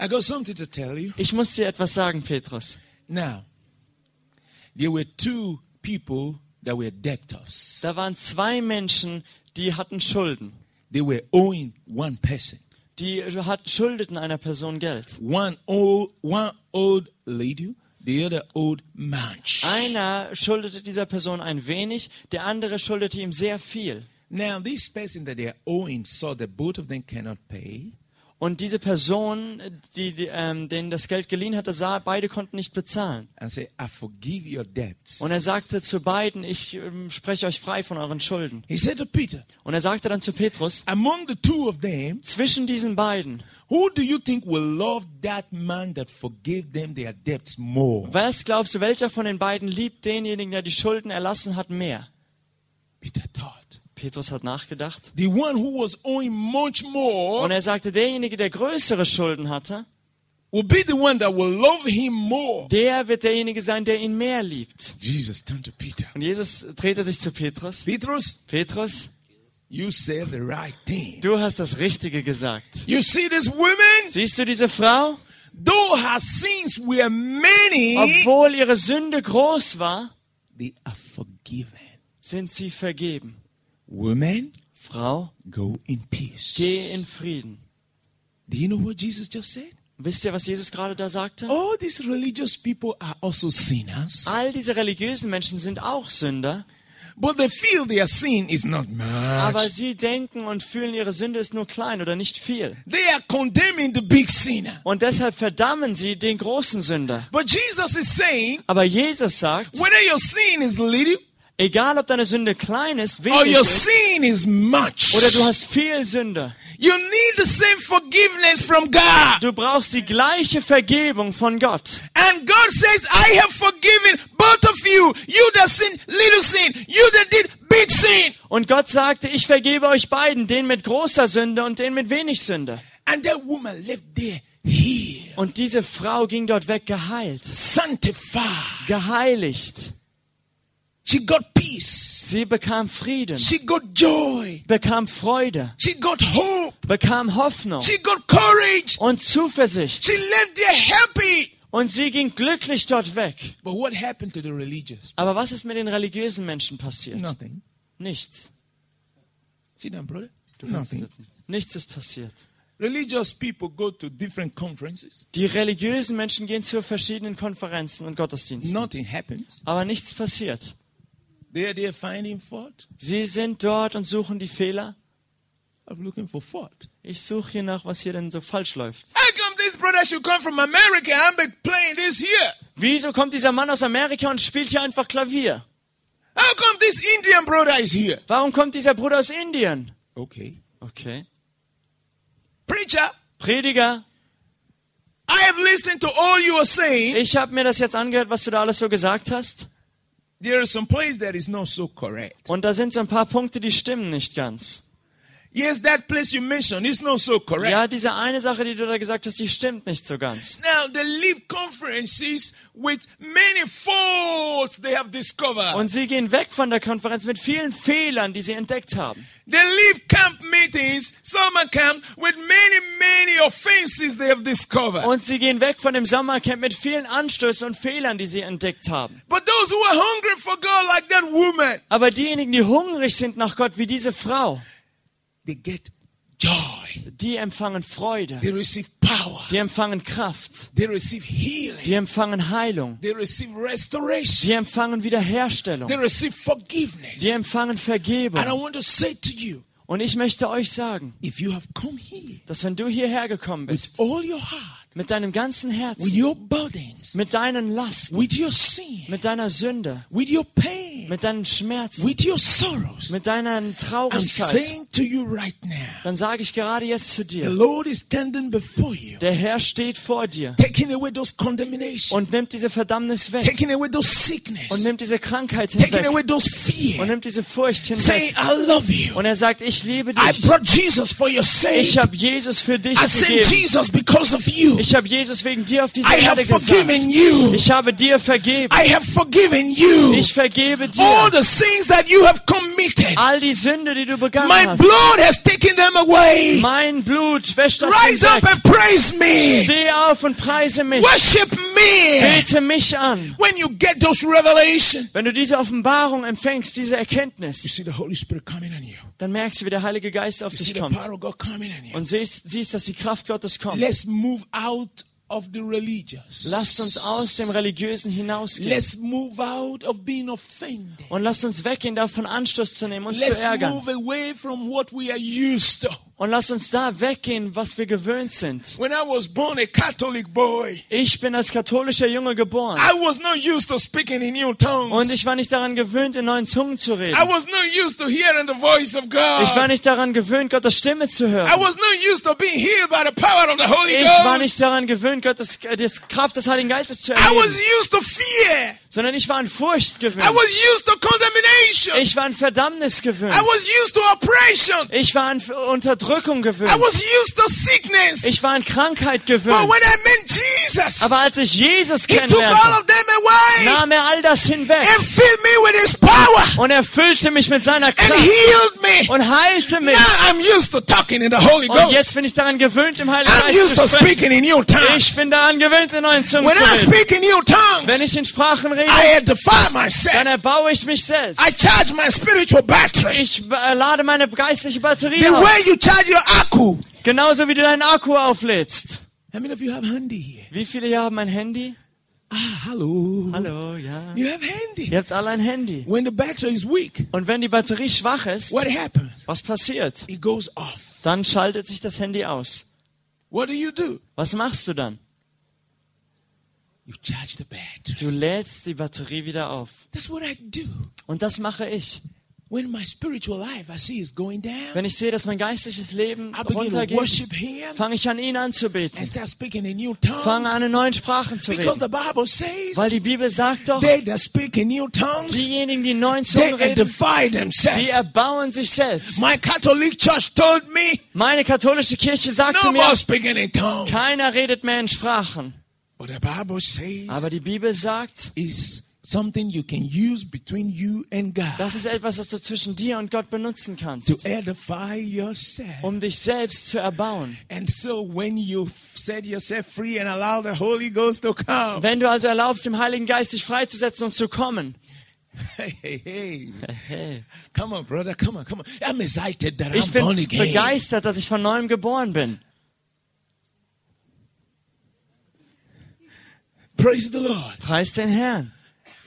I got something to tell you. Ich muss dir etwas sagen, Petrus. Now, there were two people that were debtors. Da waren zwei Menschen, die hatten Schulden. They were owing one person. Die hat, schuldeten einer Person Geld. One old, one old lady, the other old man. Einer schuldete dieser Person ein wenig, der andere schuldete ihm sehr viel. Now, this person that they are owing saw that both of them cannot pay. Und diese Person, die, die ähm, denen das Geld geliehen hatte, sah, beide konnten nicht bezahlen. and said, I forgive your debts. Und er sagte zu beiden, ich ähm, spreche euch frei von euren Schulden. he said to Peter, Und er sagte dann zu Petrus, Among the two of them, zwischen diesen beiden, who do you think will love that man that forgave them their debts more? was glaubst du, welcher von den beiden liebt denjenigen, der die Schulden erlassen hat, mehr? Peter thought. Petrus hat nachgedacht. The one who was owing much more Und er sagte, derjenige, der größere Schulden hatte, will be the one that will love him more. der wird derjenige sein, der ihn mehr liebt. Jesus turned to Peter. Und Jesus drehte sich zu Petrus. Petrus, Petrus, you said the right thing. du hast das Richtige gesagt. You see, these women, Siehst du diese Frau? though her sins were many, Obwohl ihre Sünde groß war, they are forgiven. sind sie vergeben. Women, Frau, go in peace. geh in Frieden. Do you know what Jesus just said? Wisst ihr, was Jesus gerade da sagte? All these religious people are also sinners, All diese religiösen Menschen sind auch Sünder, but they feel their sin is not aber much. sie denken und fühlen, ihre Sünde ist nur klein oder nicht viel. They are condemning the big sinner. Und deshalb verdammen sie den großen Sünder. But Jesus is saying, Aber Jesus sagt, whether your sin is little egal ob deine Sünde klein ist, or wenig your ist, sin is much, oder du hast viel Sünde, you need the same forgiveness from God. du brauchst die gleiche Vergebung von Gott. And God says, I have forgiven both of you. You that sin, little sin. You that did big sin. Und Gott sagte, ich vergebe euch beiden, den mit großer Sünde und den mit wenig Sünde. And that woman left there healed, Und diese Frau ging dort weg geheilt, sanctified. geheiligt. She got peace. Sie bekam Frieden, She got joy. bekam Freude, She got hope. bekam Hoffnung She got courage. und Zuversicht. She left there happy. Und sie ging glücklich dort weg. But what happened to the religious? Aber was ist mit den religiösen Menschen passiert? Nothing. Nichts. See down, brother. Du kannst es jetzt nicht. Nichts ist passiert. Religious people go to different conferences. Die religiösen Menschen gehen zu verschiedenen Konferenzen und Gottesdiensten. Nothing happens. Aber nichts passiert. They are there finding fault. Sie sind dort und suchen die Fehler. I'm looking for fault. Ich suche hier nach, was hier denn so falsch läuft. How come this brother should come from America and be playing this here? Wieso kommt dieser Mann aus Amerika und spielt hier einfach Klavier? How come this Indian brother is here? Warum kommt dieser Bruder aus Indien? Okay. Okay. Preacher, Prediger, I have listened to all you are saying. ich habe mir das jetzt angehört, was du da alles so gesagt hast. There are some place that is not so correct. Und da sind so ein paar Punkte, die stimmen nicht ganz. Yes, that place you mentioned is not so correct. Ja, diese eine Sache, die du da gesagt hast, die stimmt nicht so ganz. Now they leave conferences with many faults they have discovered. Und sie gehen weg von der Konferenz mit vielen Fehlern, die sie entdeckt haben. They leave camp meetings, summer camp, with many, many offenses they have discovered. Und sie gehen weg von dem Sommercamp mit vielen Anstößen und Fehlern, die sie entdeckt haben. But those who are hungry for God, like that woman, Aber diejenigen, die hungrig sind nach Gott, wie diese Frau, they get joy. die empfangen Freude, They receive power. die empfangen Kraft, They receive healing. die empfangen Heilung, They receive restoration. die empfangen Wiederherstellung, They receive die forgiveness. empfangen And I Vergebung. want to say to you, Und ich möchte euch sagen, if you have come here dass wenn du hierher gekommen bist, with all your heart, mit deinem ganzen with Herzen, your burdens, mit deinen Lasten, with your sin, mit deiner Sünde, with your pain, mit deinen Schmerzen, with your sorrows, mit deiner I'm Traurigkeit, saying to you right now, dann sage ich gerade jetzt zu the dir, Lord is standing before you, der Herr steht vor dir taking away those condemnations, und nimmt diese Verdammnis weg taking away those und sickness, nimmt diese Krankheit taking hinweg away those und fear, nimmt diese Furcht saying, hinweg. I love you. Und er sagt, ich liebe I dich. brought Jesus for your sake. Ich habe Jesus für dich I sent gegeben. Jesus because of you. Ich habe Jesus wegen dir auf diese I have Erde forgiven gesandt. you. Ich habe dir vergeben. I have forgiven Ah, you. Ich vergebe All dir the sins that you have committed. all die Sünde, die du begangen My hast. blood has taken them away. Mein Blut wäscht das Rise up hinweg. and praise me. Steh auf und preise mich. Worship me. Bete mich an. When you get those revelation, Wenn du diese Offenbarung empfängst, diese you Erkenntnis, see the Holy Spirit coming on you. dann merkst du, wie der Heilige Geist auf You see dich the kommt. power of God coming on you. Und siehst, siehst, dass die Kraft Gottes kommt. Let's move out of the religious. Lasst uns aus dem Religiösen hinausgehen. Let's move out of being offended. Und lasst uns weggehen, davon Anstoß zu nehmen, uns zu Let's ärgern. move away from what we are used to. Und lasst uns da weggehen, was wir gewöhnt sind. When I was born a Catholic boy, Ich bin als katholischer Junge geboren. I was not used to speaking in new tongues. Und ich war nicht daran gewöhnt, in neuen Zungen zu reden. I was not used to hearing the voice of God. Ich war nicht daran gewöhnt, Gottes Stimme zu I hören. was not used to being healed by the power of the Holy Ich Ghost. war nicht daran gewöhnt, Gottes äh, die Kraft des Heiligen Geistes zu I erleben. was used to fear. Sondern ich war an Furcht I gewöhnt. was used to condemnation. Ich war an Verdammnis I gewöhnt. was used to oppression. Ich war an F- Unterdrückung I gewöhnt. was used to sickness. Ich war an Krankheit But gewöhnt. when I met Jesus, Aber als ich Jesus He took all kennenlernte, of them away nahm er all das hinweg and filled me with His power und erfüllte mich mit seiner and Kraft healed me. und heilte mich. Now I'm used to talking in the Holy Und jetzt Ghost. bin ich daran gewöhnt, im Heiligen I'm Geist used zu to sprechen. speaking in new Ich tongues. bin daran gewöhnt, in neuen Zungen When zu I reden. speak in new Wenn tongues, ich in Sprachen rede, I edify myself. dann erbaue ich mich selbst. I charge my spiritual battery. Ich äh, lade meine geistliche Batterie The auf. way you charge your aku. Genauso wie du deinen Akku auflädst. How many of you have handy here? Wie viele hier haben ein Handy? Ah, hello. Hallo, ja. You have handy. Ihr habt alle ein Handy. When the battery is weak, Und wenn die Batterie schwach ist, what happens? was passiert? It goes off. Dann schaltet sich das Handy aus. What do you do? Was machst du dann? You charge the battery. Du lädst die Batterie wieder auf. That's what I do. Und das mache ich. When my spiritual life I see is going down, Wenn ich sehe, dass mein geistliches Leben I begin to runtergeht, worship Him fange ich an, ihn and anzubeten. start speaking in new Fange tongues. an, in neuen Sprachen zu Because reden. the Bible says Weil die Bibel sagt doch, they that speak in new tongues, diejenigen, die in neuen they Zungen reden, edify die themselves. erbauen sich selbst. My Catholic Church told me Meine katholische Kirche sagte no mir, more speaking in tongues. keiner redet mehr in Sprachen. But the Bible says Aber die Bibel sagt, is something you can use between you and God das ist etwas, das du zwischen dir und Gott benutzen to kannst, edify yourself. um dich selbst zu erbauen. And so when you set yourself free and allow the Holy Ghost to come, Wenn du also erlaubst, dem Heiligen Geist dich freizusetzen und zu kommen. hey, hey, hey, Hey. come on, brother, come on, come on. I'm excited that Ich I'm born bin again. begeistert, dass ich von neuem geboren bin. Praise the Lord. Preis den Herrn.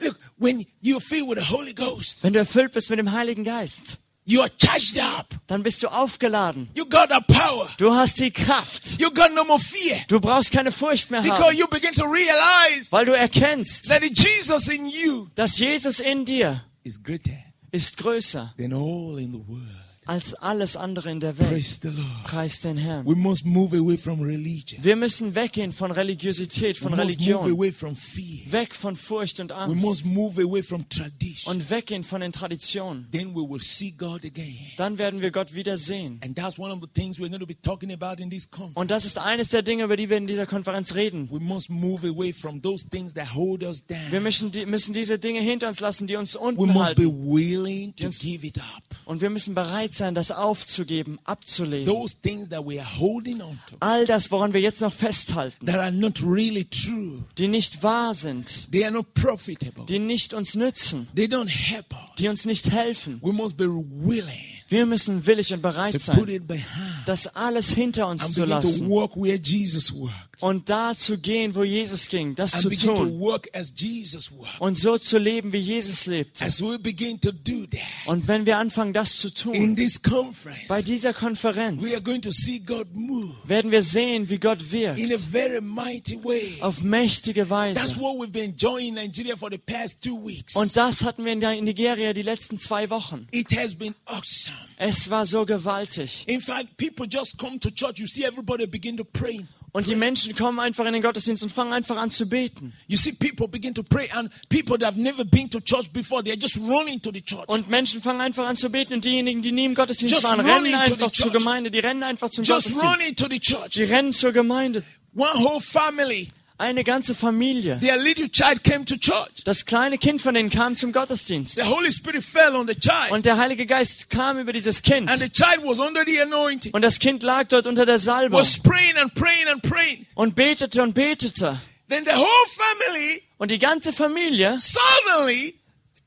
Look, when you're filled with the Holy Ghost, Wenn du erfüllt bist mit dem Heiligen Geist, you are charged up. dann bist du aufgeladen. You got the power. Du hast die Kraft. You got no more fear Du brauchst keine Furcht mehr because haben, you begin to realize weil du erkennst, that the Jesus in you dass Jesus in dir is greater ist größer than all in the world. als alles andere in der Welt. Praise the Lord. Preis den Herrn. We must move away from religion. Wir müssen weggehen von Religiosität, We von must move Religion. away from fear. Weg von Furcht und We must Angst. move away from tradition. Und weggehen von den Traditionen. Then we will see God again. Dann werden wir Gott wiedersehen. And that's one of the things we're going to be talking about in this conference. Und das ist eines der Dinge, über die wir in dieser Konferenz reden. We must move away from those things that hold us Wir down. müssen, die, müssen diese Dinge hinter uns lassen, die uns We unten must be halten. willing to Yes. give it up. Und wir müssen bereit sein, das aufzugeben, abzulegen. Those things that we are holding on to All das, woran wir jetzt noch festhalten, that are not really true. die nicht wahr sind, They are not profitable. die nicht uns nützen, They don't help us. die uns nicht helfen. We must be willing Wir müssen willig und bereit to put sein, it behind das alles hinter uns and zu begin to lassen walk where Jesus walked. und da zu gehen, wo Jesus ging, das And zu begin to tun walk as Jesus walked. und so zu leben, wie Jesus lebt. As we begin to do that Und wenn wir anfangen, das zu in tun, this bei conference, dieser we are Konferenz, going to see God move werden wir sehen, wie Gott in a wirkt, very mighty way. auf mächtige That's Weise. what we've been enjoying in Nigeria for the past two weeks. Und das hatten wir in der- in Nigeria die letzten zwei Wochen. It has been awesome. Es war so gewaltig. In fact, people just come to church. You see everybody begin to pray. Und die Menschen kommen einfach in den Gottesdienst und fangen einfach an zu beten. You see people begin to pray, and people that have never been to church before, they're just running to the church. Und Menschen fangen einfach an zu beten und diejenigen, die nie im Gottesdienst Just waren, running rennen to the einfach zur church. Gemeinde, die rennen einfach zum just Gottesdienst. running to the church. Die rennen zur Gemeinde. One whole family, Eine ganze Familie. their little child came to church. Das kleine Kind von denen kam zum The Gottesdienst. Holy Spirit fell on the child, Und der Heilige Geist kam über dieses and Kind. the child was under the anointing, Und das Kind lag dort unter der Salbe was praying and praying and praying. und betete und betete. Then the whole family Und die ganze Familie suddenly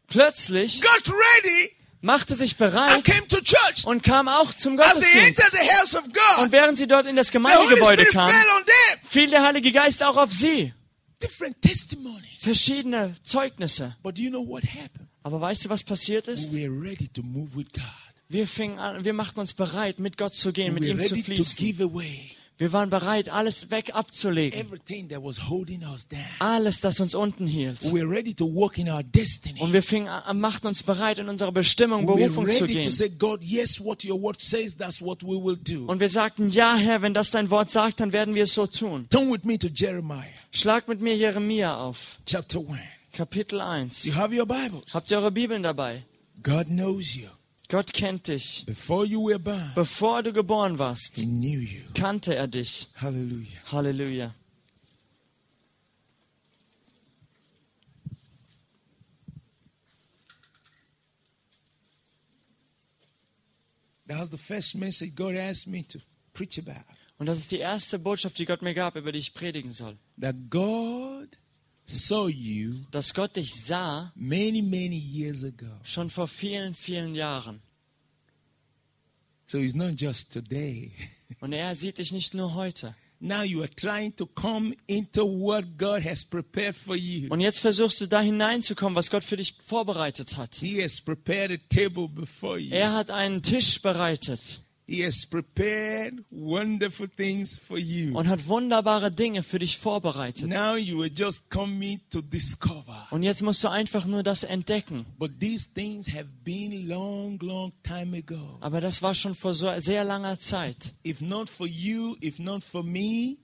plötzlich got ready machte sich and bereit came to church. und kam auch zum As they Gottesdienst. entered the house of God, Und während sie dort in das the Holy Gemeindegebäude Spirit kamen, fell on them. fiel der Heilige Geist auch auf sie. Different testimonies. Verschiedene Zeugnisse. But do you know what happened? Aber weißt du, was passiert ist? We were ready to move with God. Wir fingen an, wir machten uns bereit, mit Gott zu gehen, mit We ihm were zu ready to fließen. give away Wir waren bereit, alles weg abzulegen. everything that was holding us down. Alles, das uns unten hielt. We were ready to walk in our destiny. Und wir fingen an, machten uns bereit, in unsere Bestimmung, We Berufung were zu ready to gehen. say, God, yes, what your word says, that's what we will do. Und wir sagten, ja Herr, wenn das dein Wort sagt, dann werden wir es so tun. Turn with me to Jeremiah Schlag mit mir Jeremia auf, chapter 1. Kapitel You 1. have your Bibles. Habt ihr eure Bibeln dabei? God knows you. Gott kennt dich. Before you were born, Bevor du geboren warst, He knew you. kannte er dich. Hallelujah. Halleluja. That was the first message God asked me to preach about. Und das ist die erste Botschaft, die Gott mir gab, über die ich predigen soll. That God saw you Dass Gott dich sah many, many years ago. schon vor vielen, vielen Jahren. So it's not just today. Und er sieht dich nicht nur heute. Now you are trying to come into what God has prepared for you. Und jetzt versuchst du da hineinzukommen, was Gott für dich vorbereitet hat. He has prepared a table before you. Er hat einen Tisch bereitet He has prepared wonderful things for you. und hat wunderbare Dinge für dich vorbereitet. Now you are just coming to discover. Und jetzt musst du einfach nur das entdecken. But these things have been long, long time ago. Aber das war schon vor so sehr langer Zeit. If not for you, if not for me,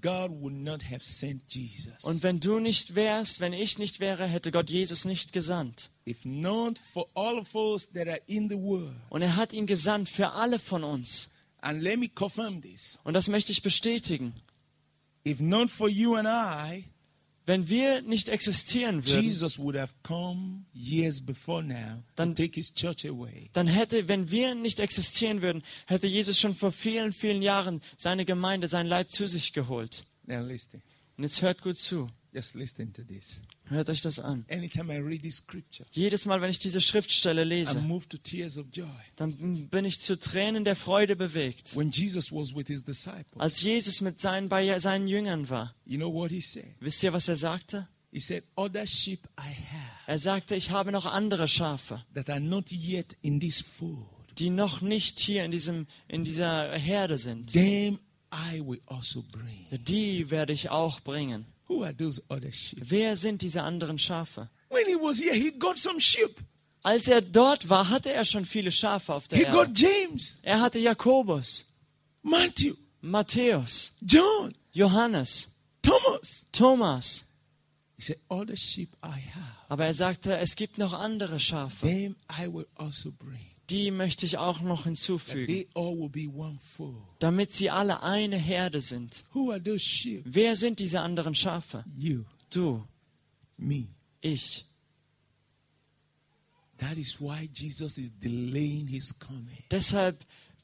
God would not have sent Und Jesus. wenn du nicht wärst, wenn ich nicht wäre, hätte Gott Jesus nicht gesandt. If not for all of us that are in the world. Und er hat ihn gesandt für alle von uns. And let me confirm this. Und das möchte ich bestätigen. If not for you and I, Wenn wir nicht existieren würden, Jesus would have come years before now to Dann- take his church away. dann hätte, wenn wir nicht existieren würden, hätte Jesus schon vor vielen, vielen Jahren seine Gemeinde, sein Leib zu sich geholt. Now listen. Und jetzt hört gut zu. Just listen to this. Hört euch das an. Anytime I read this scripture, Jedes Mal, wenn ich diese Schriftstelle I lese, move to tears of joy. dann bin ich zu Tränen der Freude bewegt. When Jesus was with his disciples, Als Jesus mit seinen, bei seinen Jüngern war, you know what he said? wisst ihr, was er sagte? He said, Other sheep I have Er sagte, ich habe noch andere Schafe, that are not yet in this fold, die noch nicht hier in, diesem, in dieser Herde sind. them I will also bring. Die werde ich auch bringen. Who are those other sheep? Wer sind diese anderen Schafe? When he was here, he got some sheep. Als er dort war, hatte er schon viele Schafe auf der He Erde. got James, Er hatte Jakobus, Matthew, Matthäus, John, Johannes, Thomas. Thomas. He said, All the sheep I have, Aber er sagte, es gibt noch andere Schafe. them I will also bring. Die möchte ich auch noch hinzufügen, They all will be one fold. damit sie alle eine Herde sind. Who are those sheep? Wer sind diese anderen Schafe? You, Du, me. ich. That is why Jesus is delaying his coming. Deshalb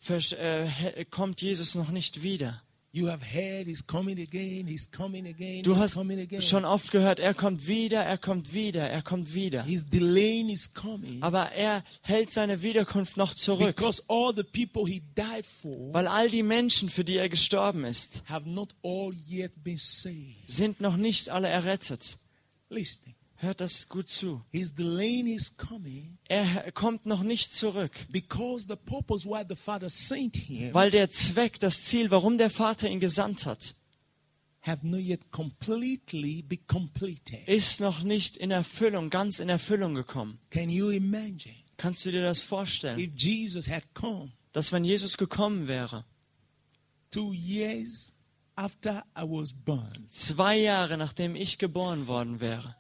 versch- äh, he- kommt Jesus noch nicht wieder. You have heard he's coming again, he's coming again, Du he's hast coming again. schon oft gehört, er kommt wieder, er kommt wieder, er kommt wieder. He's delaying his coming Aber er hält seine Wiederkunft noch zurück, because all the people he died for weil all die Menschen, für die er gestorben ist, have not all yet been saved. sind noch nicht alle errettet. Listen, Hört das gut zu. he's delaying his coming Er kommt noch nicht zurück, because the purpose why the Father sent him weil der Zweck, das Ziel, warum der Vater ihn gesandt hat, have not yet completely been completed. ist noch nicht in Erfüllung, ganz in Erfüllung gekommen. Can you imagine Kannst du dir das vorstellen, if Jesus had come dass wenn Jesus gekommen wäre, two years after I was born, zwei Jahre nachdem ich geboren worden wäre,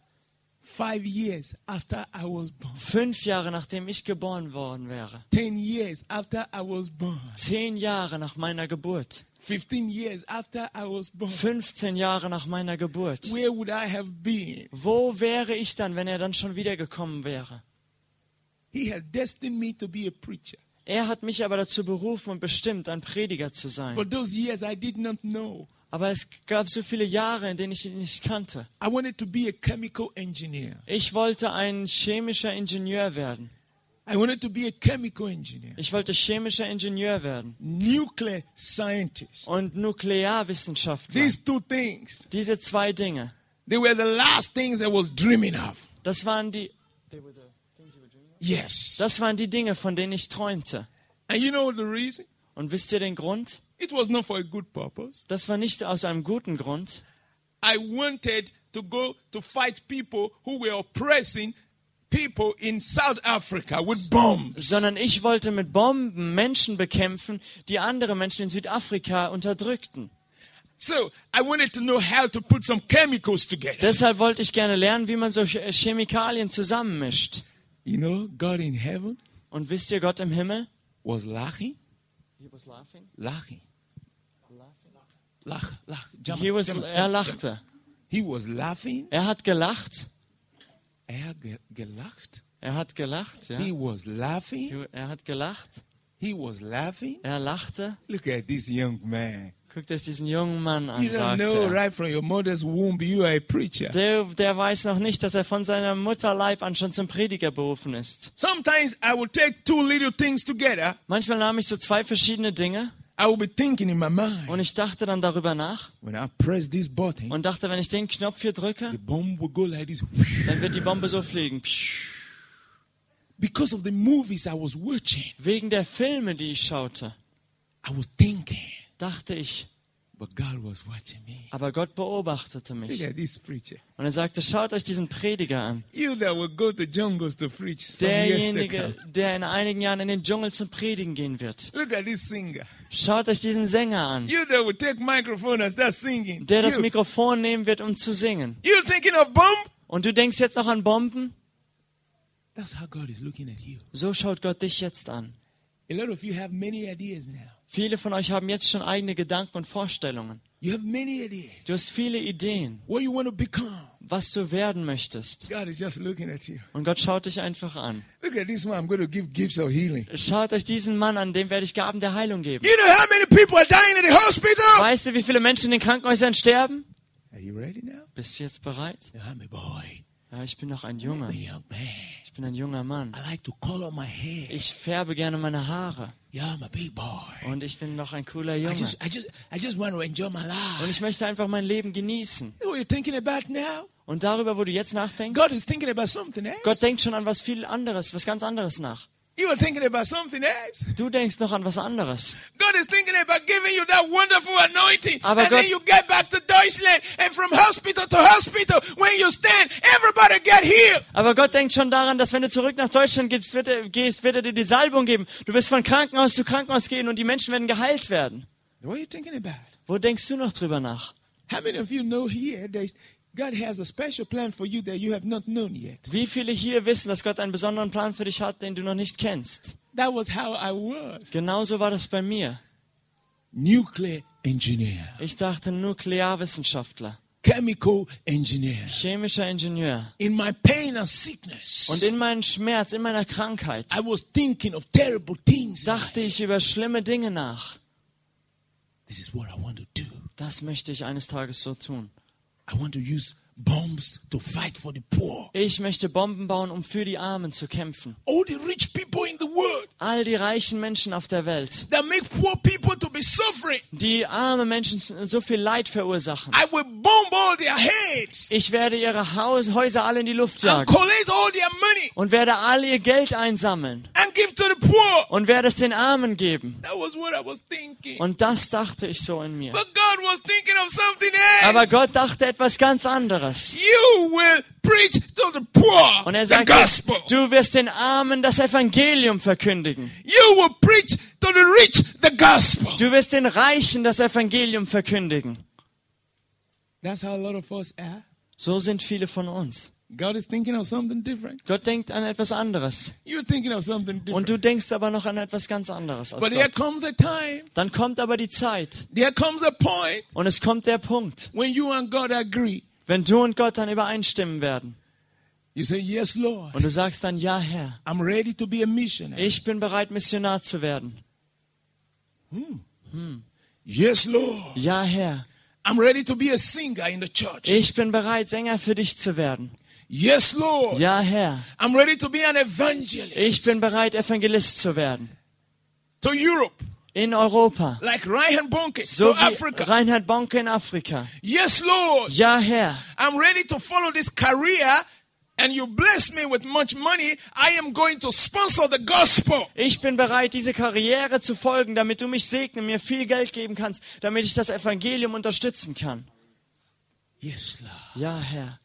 five years after I was born, fünf Jahre nachdem ich geboren worden wäre, ten years after I was born, zehn Jahre nach meiner Geburt, fifteen years after I was born, 15 Jahre nach meiner Geburt, where would I have been? wo wäre ich dann, wenn er dann schon wiedergekommen wäre? He had destined me to be a preacher. Er hat mich aber dazu berufen und bestimmt, ein Prediger zu sein. But those years I did not know. Aber es gab so viele Jahre, in denen ich ihn nicht kannte. I wanted to be a chemical engineer. Ich wollte ein chemischer Ingenieur werden. I wanted to be a chemical engineer, Ich wollte chemischer Ingenieur werden nuclear scientist. und Nuklearwissenschaftler. These two things, Diese zwei Dinge, they were the last things I was dreaming of. das waren die, Yes. das waren die Dinge, von denen ich träumte. And you know the reason? Und wisst ihr den Grund? It was not for a good purpose. Das war nicht aus einem guten Grund. I wanted to go to fight people who were oppressing people in South Africa with bombs. sondern ich wollte mit Bomben Menschen bekämpfen, die andere Menschen in Südafrika unterdrückten. So I wanted to know how to put some chemicals together. Deshalb wollte ich gerne lernen, wie man solche Chemikalien zusammenmischt. You know, God in heaven Und wisst ihr, Gott im Himmel? was laughing, laughing, laugh, laugh. Jump, He was, jump, er jump. lachte. He was laughing. Er hat gelacht. Er ge- gelacht. Er hat gelacht, ja. He was laughing. Er hat gelacht. He was laughing. Er lachte. Look at this young man. Guckt euch diesen jungen Mann You an, don't sagte know er. right from your mother's womb you are a preacher. Der, der weiß noch nicht, dass er von seiner Mutterleib an schon zum Prediger berufen ist. Sometimes I will take two little things together. Manchmal nahm ich so zwei verschiedene Dinge I will be thinking in my mind. und ich dachte dann darüber nach. When I press this button, und dachte, wenn ich den Knopf hier the drücke, bomb will go like this. dann wird die Bombe so fliegen. Because of the movies I was watching, Wegen der Filme, die ich schaute, I was thinking. dachte ich, But God was watching me. aber Gott beobachtete Look mich. at this preacher. Und er sagte, schaut euch diesen Prediger an. You that will go to jungles to preach some years to Derjenige, come. der in einigen Jahren in den Dschungel zum Predigen gehen wird. Look at this singer. Schaut euch diesen Sänger an, You that will take microphone and start singing. der das you, Mikrofon nehmen wird, um zu singen. you thinking of bomb? Und du denkst jetzt noch an Bomben? That's how God is looking at you. So schaut Gott dich jetzt an. A lot of you have many ideas now. Viele von euch haben jetzt schon eigene Gedanken und Vorstellungen. You have many ideas. Du hast viele Ideen, What you want to become. was du werden möchtest. God is just looking at you. Und Gott schaut dich einfach an. Look at this one. I'm going to give gifts of healing. Schaut euch diesen Mann an, dem werde ich Gaben der Heilung geben. You know how many people are dying in the hospital? Weißt du, wie viele Menschen in den Krankenhäusern sterben? Are you ready now? Bist du jetzt bereit? Yeah, I'm a boy. Ja, ich bin noch ein I'm a Junge. young man. Ich bin ein junger Mann. I like to color my hair. Ich färbe gerne meine Haare. Yeah, I'm a big boy. Und ich bin noch ein cooler I Junge. just, I just, I just want to enjoy my life. Und ich möchte einfach mein Leben genießen. You know what you're thinking about now? Und darüber, wo du jetzt nachdenkst, God is thinking about something else. Gott denkt schon an was viel anderes, was ganz anderes nach. You are thinking about something else. Du denkst noch an was anderes. God is thinking about giving you that wonderful anointing. Aber and Gott- then you get back to Deutschland and from hospital to hospital, when you stand, everybody get healed. Aber Gott denkt schon daran, dass wenn du zurück nach Deutschland gibst, wird er, gehst, wird er dir die Salbung geben. Du wirst von Krankenhaus zu Krankenhaus gehen und die Menschen werden geheilt werden. What are you thinking about? Wo denkst du noch drüber nach? How many of you know here that God has a special plan for you that you have not known yet? Wie viele hier wissen, dass Gott einen besonderen Plan für dich hat, den du noch nicht kennst? That was how I was. Genauso war das bei mir. Nuclear engineer, Ich dachte Nuklearwissenschaftler, chemical engineer. chemischer Ingenieur. In my pain and sickness, Und in meinem Schmerz, in meiner Krankheit I was thinking of terrible things. dachte ich über schlimme Dinge nach. This is what I want to do. Das möchte ich eines Tages so tun. I want to use bombs to fight for the poor. Ich möchte Bomben bauen, um für die Armen zu kämpfen. All the rich people in the world All die reichen Menschen auf der Welt, that make poor people to be suffering. die arme Menschen so viel Leid verursachen. I will bomb all their heads Ich werde ihre Haus Häuser alle in die Luft and jagen collect all their money und werde all ihr Geld einsammeln and give to the poor. und werde es den Armen geben. That was what I was thinking. Und das dachte ich so in mir. But God was thinking of something Aber else. Gott dachte etwas ganz anderes. You will preach to the poor Und er the sagte, gospel. du wirst den Armen das Evangelium verkündigen. You will preach to the rich the gospel. Du wirst den Reichen das Evangelium verkündigen. That's how a lot of us are. So sind viele von uns. God is thinking of something different. Gott denkt an etwas anderes. You're thinking of something Und different. du denkst aber noch an etwas ganz anderes als But there Gott. comes a time, Dann kommt aber die Zeit there comes a point und es kommt der Punkt, when you and God agree. wenn du und Gott dann übereinstimmen werden. You say, Yes, Lord, Und du sagst dann, ja Herr, I'm ready to be a missionary. ich bin bereit, Missionar zu werden. Yes, Lord, Ja Herr, I'm ready to be a singer in the church. ich bin bereit, Sänger für dich zu werden. Yes, Lord, Ja Herr, I'm ready to be an ich evangelist bin bereit, Evangelist zu werden. to Europe, In Europa. like Ryan Bonke So to wie Africa. Reinhard Bonke in Afrika. Yes, Lord, Ja Herr, I'm ready to follow this career. And you bless me with much money. I am going to sponsor the gospel. Ich bin bereit, diese Karriere zu folgen, damit du mich segnen, mir viel Geld geben kannst, damit ich das Evangelium unterstützen kann. Yes, Lord. Ja, Herr.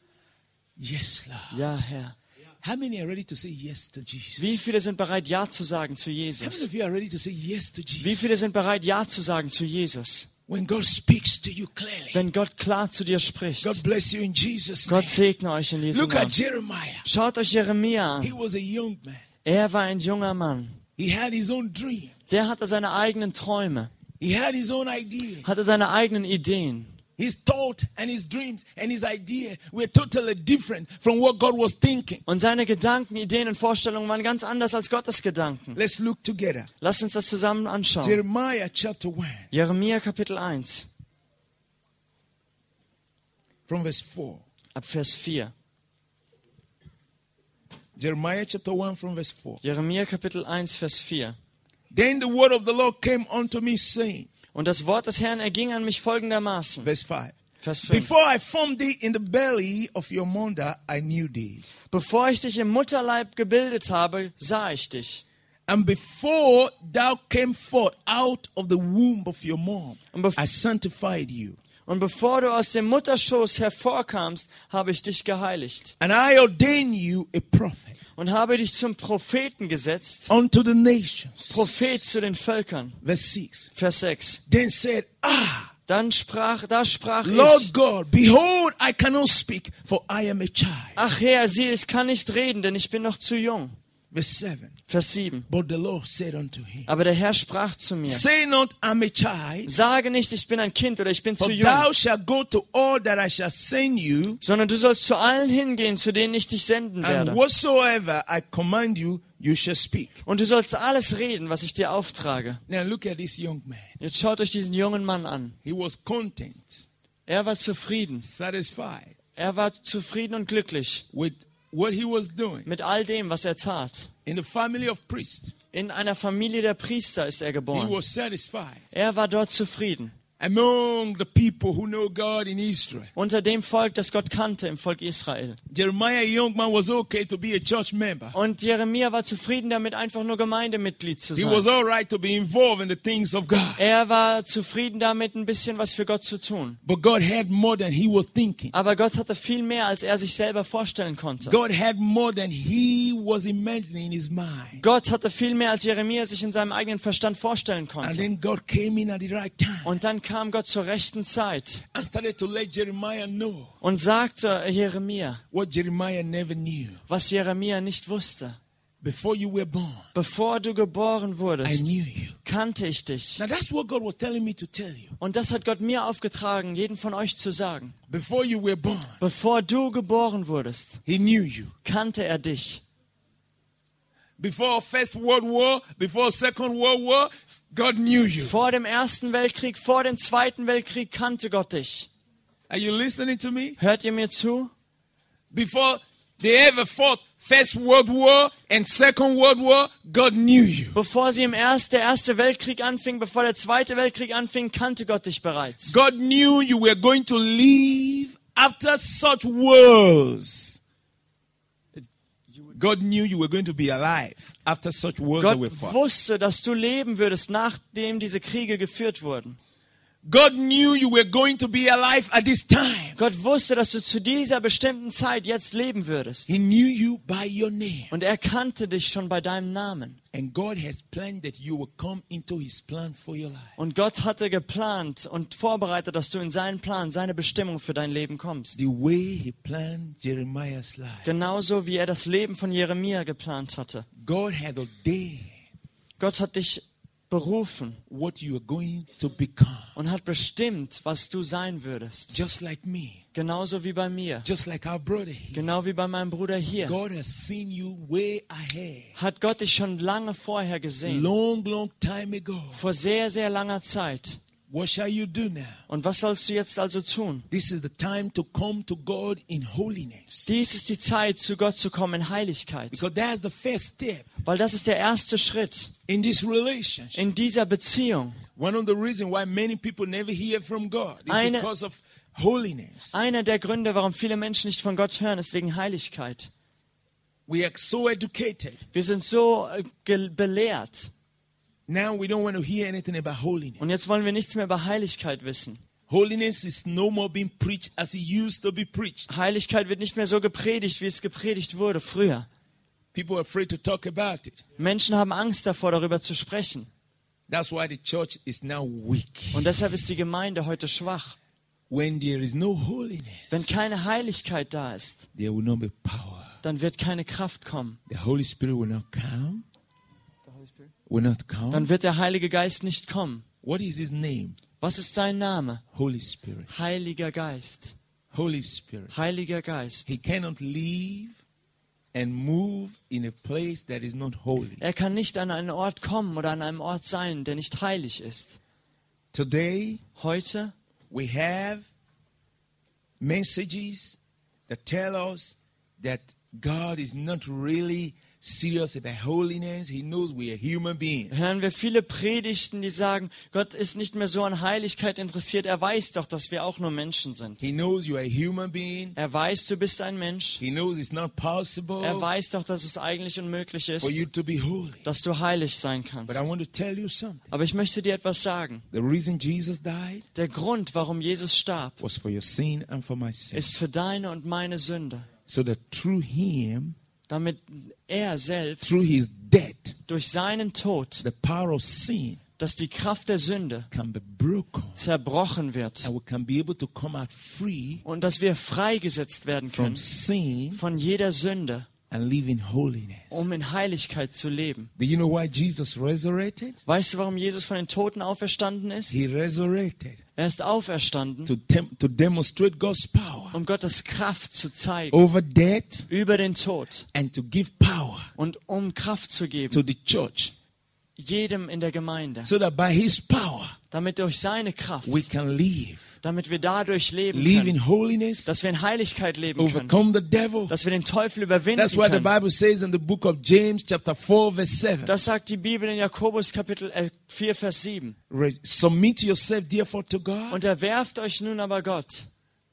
Yes, Lord. Ja, Herr. How many are ready to say yes to Jesus? Wie viele sind bereit, Ja zu sagen zu How many Jesus? of you are ready to say yes to Wie Jesus? viele sind bereit, Ja zu sagen zu Jesus? When God speaks to you clearly, Wenn Gott klar zu dir spricht. God bless you in Jesus' name. Gott segne euch in Jesu Look at Namen. Jeremiah. Schaut euch Jeremia He an. was a young man. Er war ein junger Mann. He had his own dream. Der hatte seine eigenen Träume, He had his own idea. hatte seine eigenen Ideen. His thought and his dreams and his idea were totally different from what God was thinking. Und seine Gedanken, Ideen und Vorstellungen waren ganz anders als Gottes Gedanken. Let's look together. Lasst uns das zusammen anschauen. Jeremiah chapter 1 Jeremia Kapitel 1, from verse 4. ab Vers 4. Jeremiah chapter 1 from verse 4. Jeremia Kapitel 1, Vers 4. Then the word of the Lord came unto me saying, Und das Wort des Herrn erging an mich folgendermaßen. verse 5. Vers 5. Before I formed thee in the belly of your mother, I knew thee. Bevor ich dich im Mutterleib gebildet habe, sah ich dich. And before thou came forth out of the womb of your mom, And bef- I sanctified you. Und bevor du aus dem Mutterschoß hervorkamst, habe ich dich geheiligt And I ordain you a prophet und habe dich zum Propheten gesetzt, unto the nations. Prophet zu den Völkern. Verse 6. Vers 6. Then said, Ah, Dann sprach, da sprach Lord ich, God, behold, I cannot speak, for I am a child. ach Herr, sieh, ich kann nicht reden, denn ich bin noch zu jung. Verse 7. Vers 7. But the Lord said unto him, Aber der Herr sprach zu mir, Say not, I'm a child, Sage nicht, ich bin ein Kind oder ich bin for zu jung, thou shalt go to all that I shall send you, sondern du sollst zu allen hingehen, zu denen ich dich senden and werde. whatsoever I command you, you shall speak. Und du sollst alles reden, was ich dir auftrage. Now look at this young man. Jetzt schaut euch diesen jungen Mann an. He was content, Er war zufrieden. satisfied Er war zufrieden und glücklich with what he was doing. mit all dem, was er tat. In the family of priests, In einer Familie der Priester ist er he geboren. was satisfied. Er war dort zufrieden. among the people who know God in Israel. unter dem Volk, das Gott kannte, im Volk Israel. Jeremiah, a young man, was okay to be a church member. Und Jeremia war zufrieden damit, einfach nur Gemeindemitglied zu He sein. was all right to be involved in the things of God. Er war zufrieden damit, ein bisschen was für Gott zu tun. But God had more than he was thinking. Aber Gott hatte viel mehr, als er sich selber vorstellen konnte. God had more than he was imagining in his mind. Gott hatte viel mehr, als Jeremia sich in seinem eigenen Verstand vorstellen And konnte. then God came in at the right time Und dann kam Gott zur rechten Zeit and started to let Jeremiah know und sagte äh, Jeremia, what Jeremiah never knew. was Jeremia nicht wusste. Before you were born, Bevor du geboren I wurdest, knew you. kannte ich dich. Now that's what God was telling me to tell you. Und das hat Gott mir aufgetragen, jeden von euch zu sagen. Before you were born, Bevor du geboren wurdest, he knew you. kannte er dich. Before First World War, before Second World War, God knew you. Vor dem Ersten Weltkrieg, vor dem Zweiten Weltkrieg kannte Gott dich. Are you listening to me? Hört ihr mir zu? Before they ever fought First World War and Second World War, God knew you. Bevor sie im Erst, der Erste Weltkrieg anfing, bevor der Zweite Weltkrieg anfing, kannte Gott dich bereits. God knew you were going to live after such wars. God knew you were going to be alive after such wars that Gott were fought. wusste, dass du leben würdest, nachdem diese Kriege geführt wurden. God knew you were going to be alive at this time. Gott wusste, dass du zu dieser bestimmten Zeit jetzt leben würdest. He knew you by your name. Und er kannte dich schon bei deinem Namen. And God has planned that you will come into His plan for your life. Und Gott hatte geplant und vorbereitet, dass du in seinen Plan, seine Bestimmung für dein Leben kommst. The way He planned Jeremiah's life, Genauso wie er das Leben von Jeremia geplant hatte. God had ordained Gott hat dich berufen what you are going to become. und hat bestimmt, was du sein würdest. Just like me, Genauso wie bei mir, just like our brother here. genau wie bei meinem Bruder hier, God has seen you way ahead. hat Gott dich schon lange vorher gesehen. long, long time ago. Vor sehr, sehr langer Zeit. What shall you do now? Und was sollst du jetzt also tun? This is the time to come to God in holiness. Dies ist die Zeit, zu Gott zu kommen in Heiligkeit. Because that's the first step Weil das ist der erste Schritt in this relationship. in dieser Beziehung. One of the reasons why many people never hear from God is Eine- because of holiness. Einer der Gründe, warum viele Menschen nicht von Gott hören, ist wegen Heiligkeit. We are so educated. Wir sind so äh, ge- belehrt. Now we don't want to hear anything about holiness. Und jetzt wollen wir nichts mehr über Heiligkeit wissen. Holiness is no more being preached as it used to be preached. Heiligkeit wird nicht mehr so gepredigt, wie es gepredigt wurde früher. People are afraid to talk about it. Menschen haben Angst davor, darüber zu sprechen. That's why the church is now weak. Und deshalb ist die Gemeinde heute schwach. When there is no holiness, Wenn keine Heiligkeit da ist, there will not be power. dann wird keine Kraft kommen. The Holy Spirit will not come. Will not come. Dann wird der Heilige Geist nicht kommen. What is his name? Was ist sein Name? Holy Spirit. Heiliger Geist. Holy Spirit. Heiliger He Geist. cannot live and move in a place that is not holy. Er kann nicht an einen Ort kommen oder an einem Ort sein, der nicht heilig ist. Today Heute we have messages that tell us that God is not really serious about holiness. He knows we are human beings. hören wir viele Predigten, die sagen, Gott ist nicht mehr so an Heiligkeit interessiert. Er weiß doch, dass wir auch nur Menschen sind. He knows you are a human being. Er weiß, du bist ein Mensch. He knows it's not Er possible weiß doch, dass es eigentlich unmöglich for you ist, to be holy. dass du heilig sein But kannst. I want to tell you something. Aber ich möchte dir etwas sagen. The reason Jesus died Der Grund, warum Jesus starb, was for your sin and for my sin. ist für deine und meine Sünde, so that through him, damit er selbst through his death, durch seinen Tod, the power of sin dass die Kraft der Sünde can be broken zerbrochen wird and we can be able to come out free und dass wir freigesetzt werden from können sin von jeder Sünde, and live in holiness. um in Heiligkeit zu leben. Do you know why Jesus resurrected? Weißt du, warum Jesus von den Toten auferstanden ist? He resurrected Er ist auferstanden, to, tem- to demonstrate God's power um Gottes Kraft zu zeigen over death über den Tod and to give power und um Kraft zu geben to the church jedem in der Gemeinde, so that by his power damit durch seine Kraft, we can live. damit wir dadurch leben Live in können, holiness, dass wir in Heiligkeit leben können, overcome the devil. dass wir den Teufel überwinden That's what the können. Bible says in the book of James, chapter 4, verse 7. Das sagt die Bibel in Jakobus Kapitel äh, 4, Vers 7. Re- Submit yourself, therefore, to God. Unterwerft euch nun aber Gott,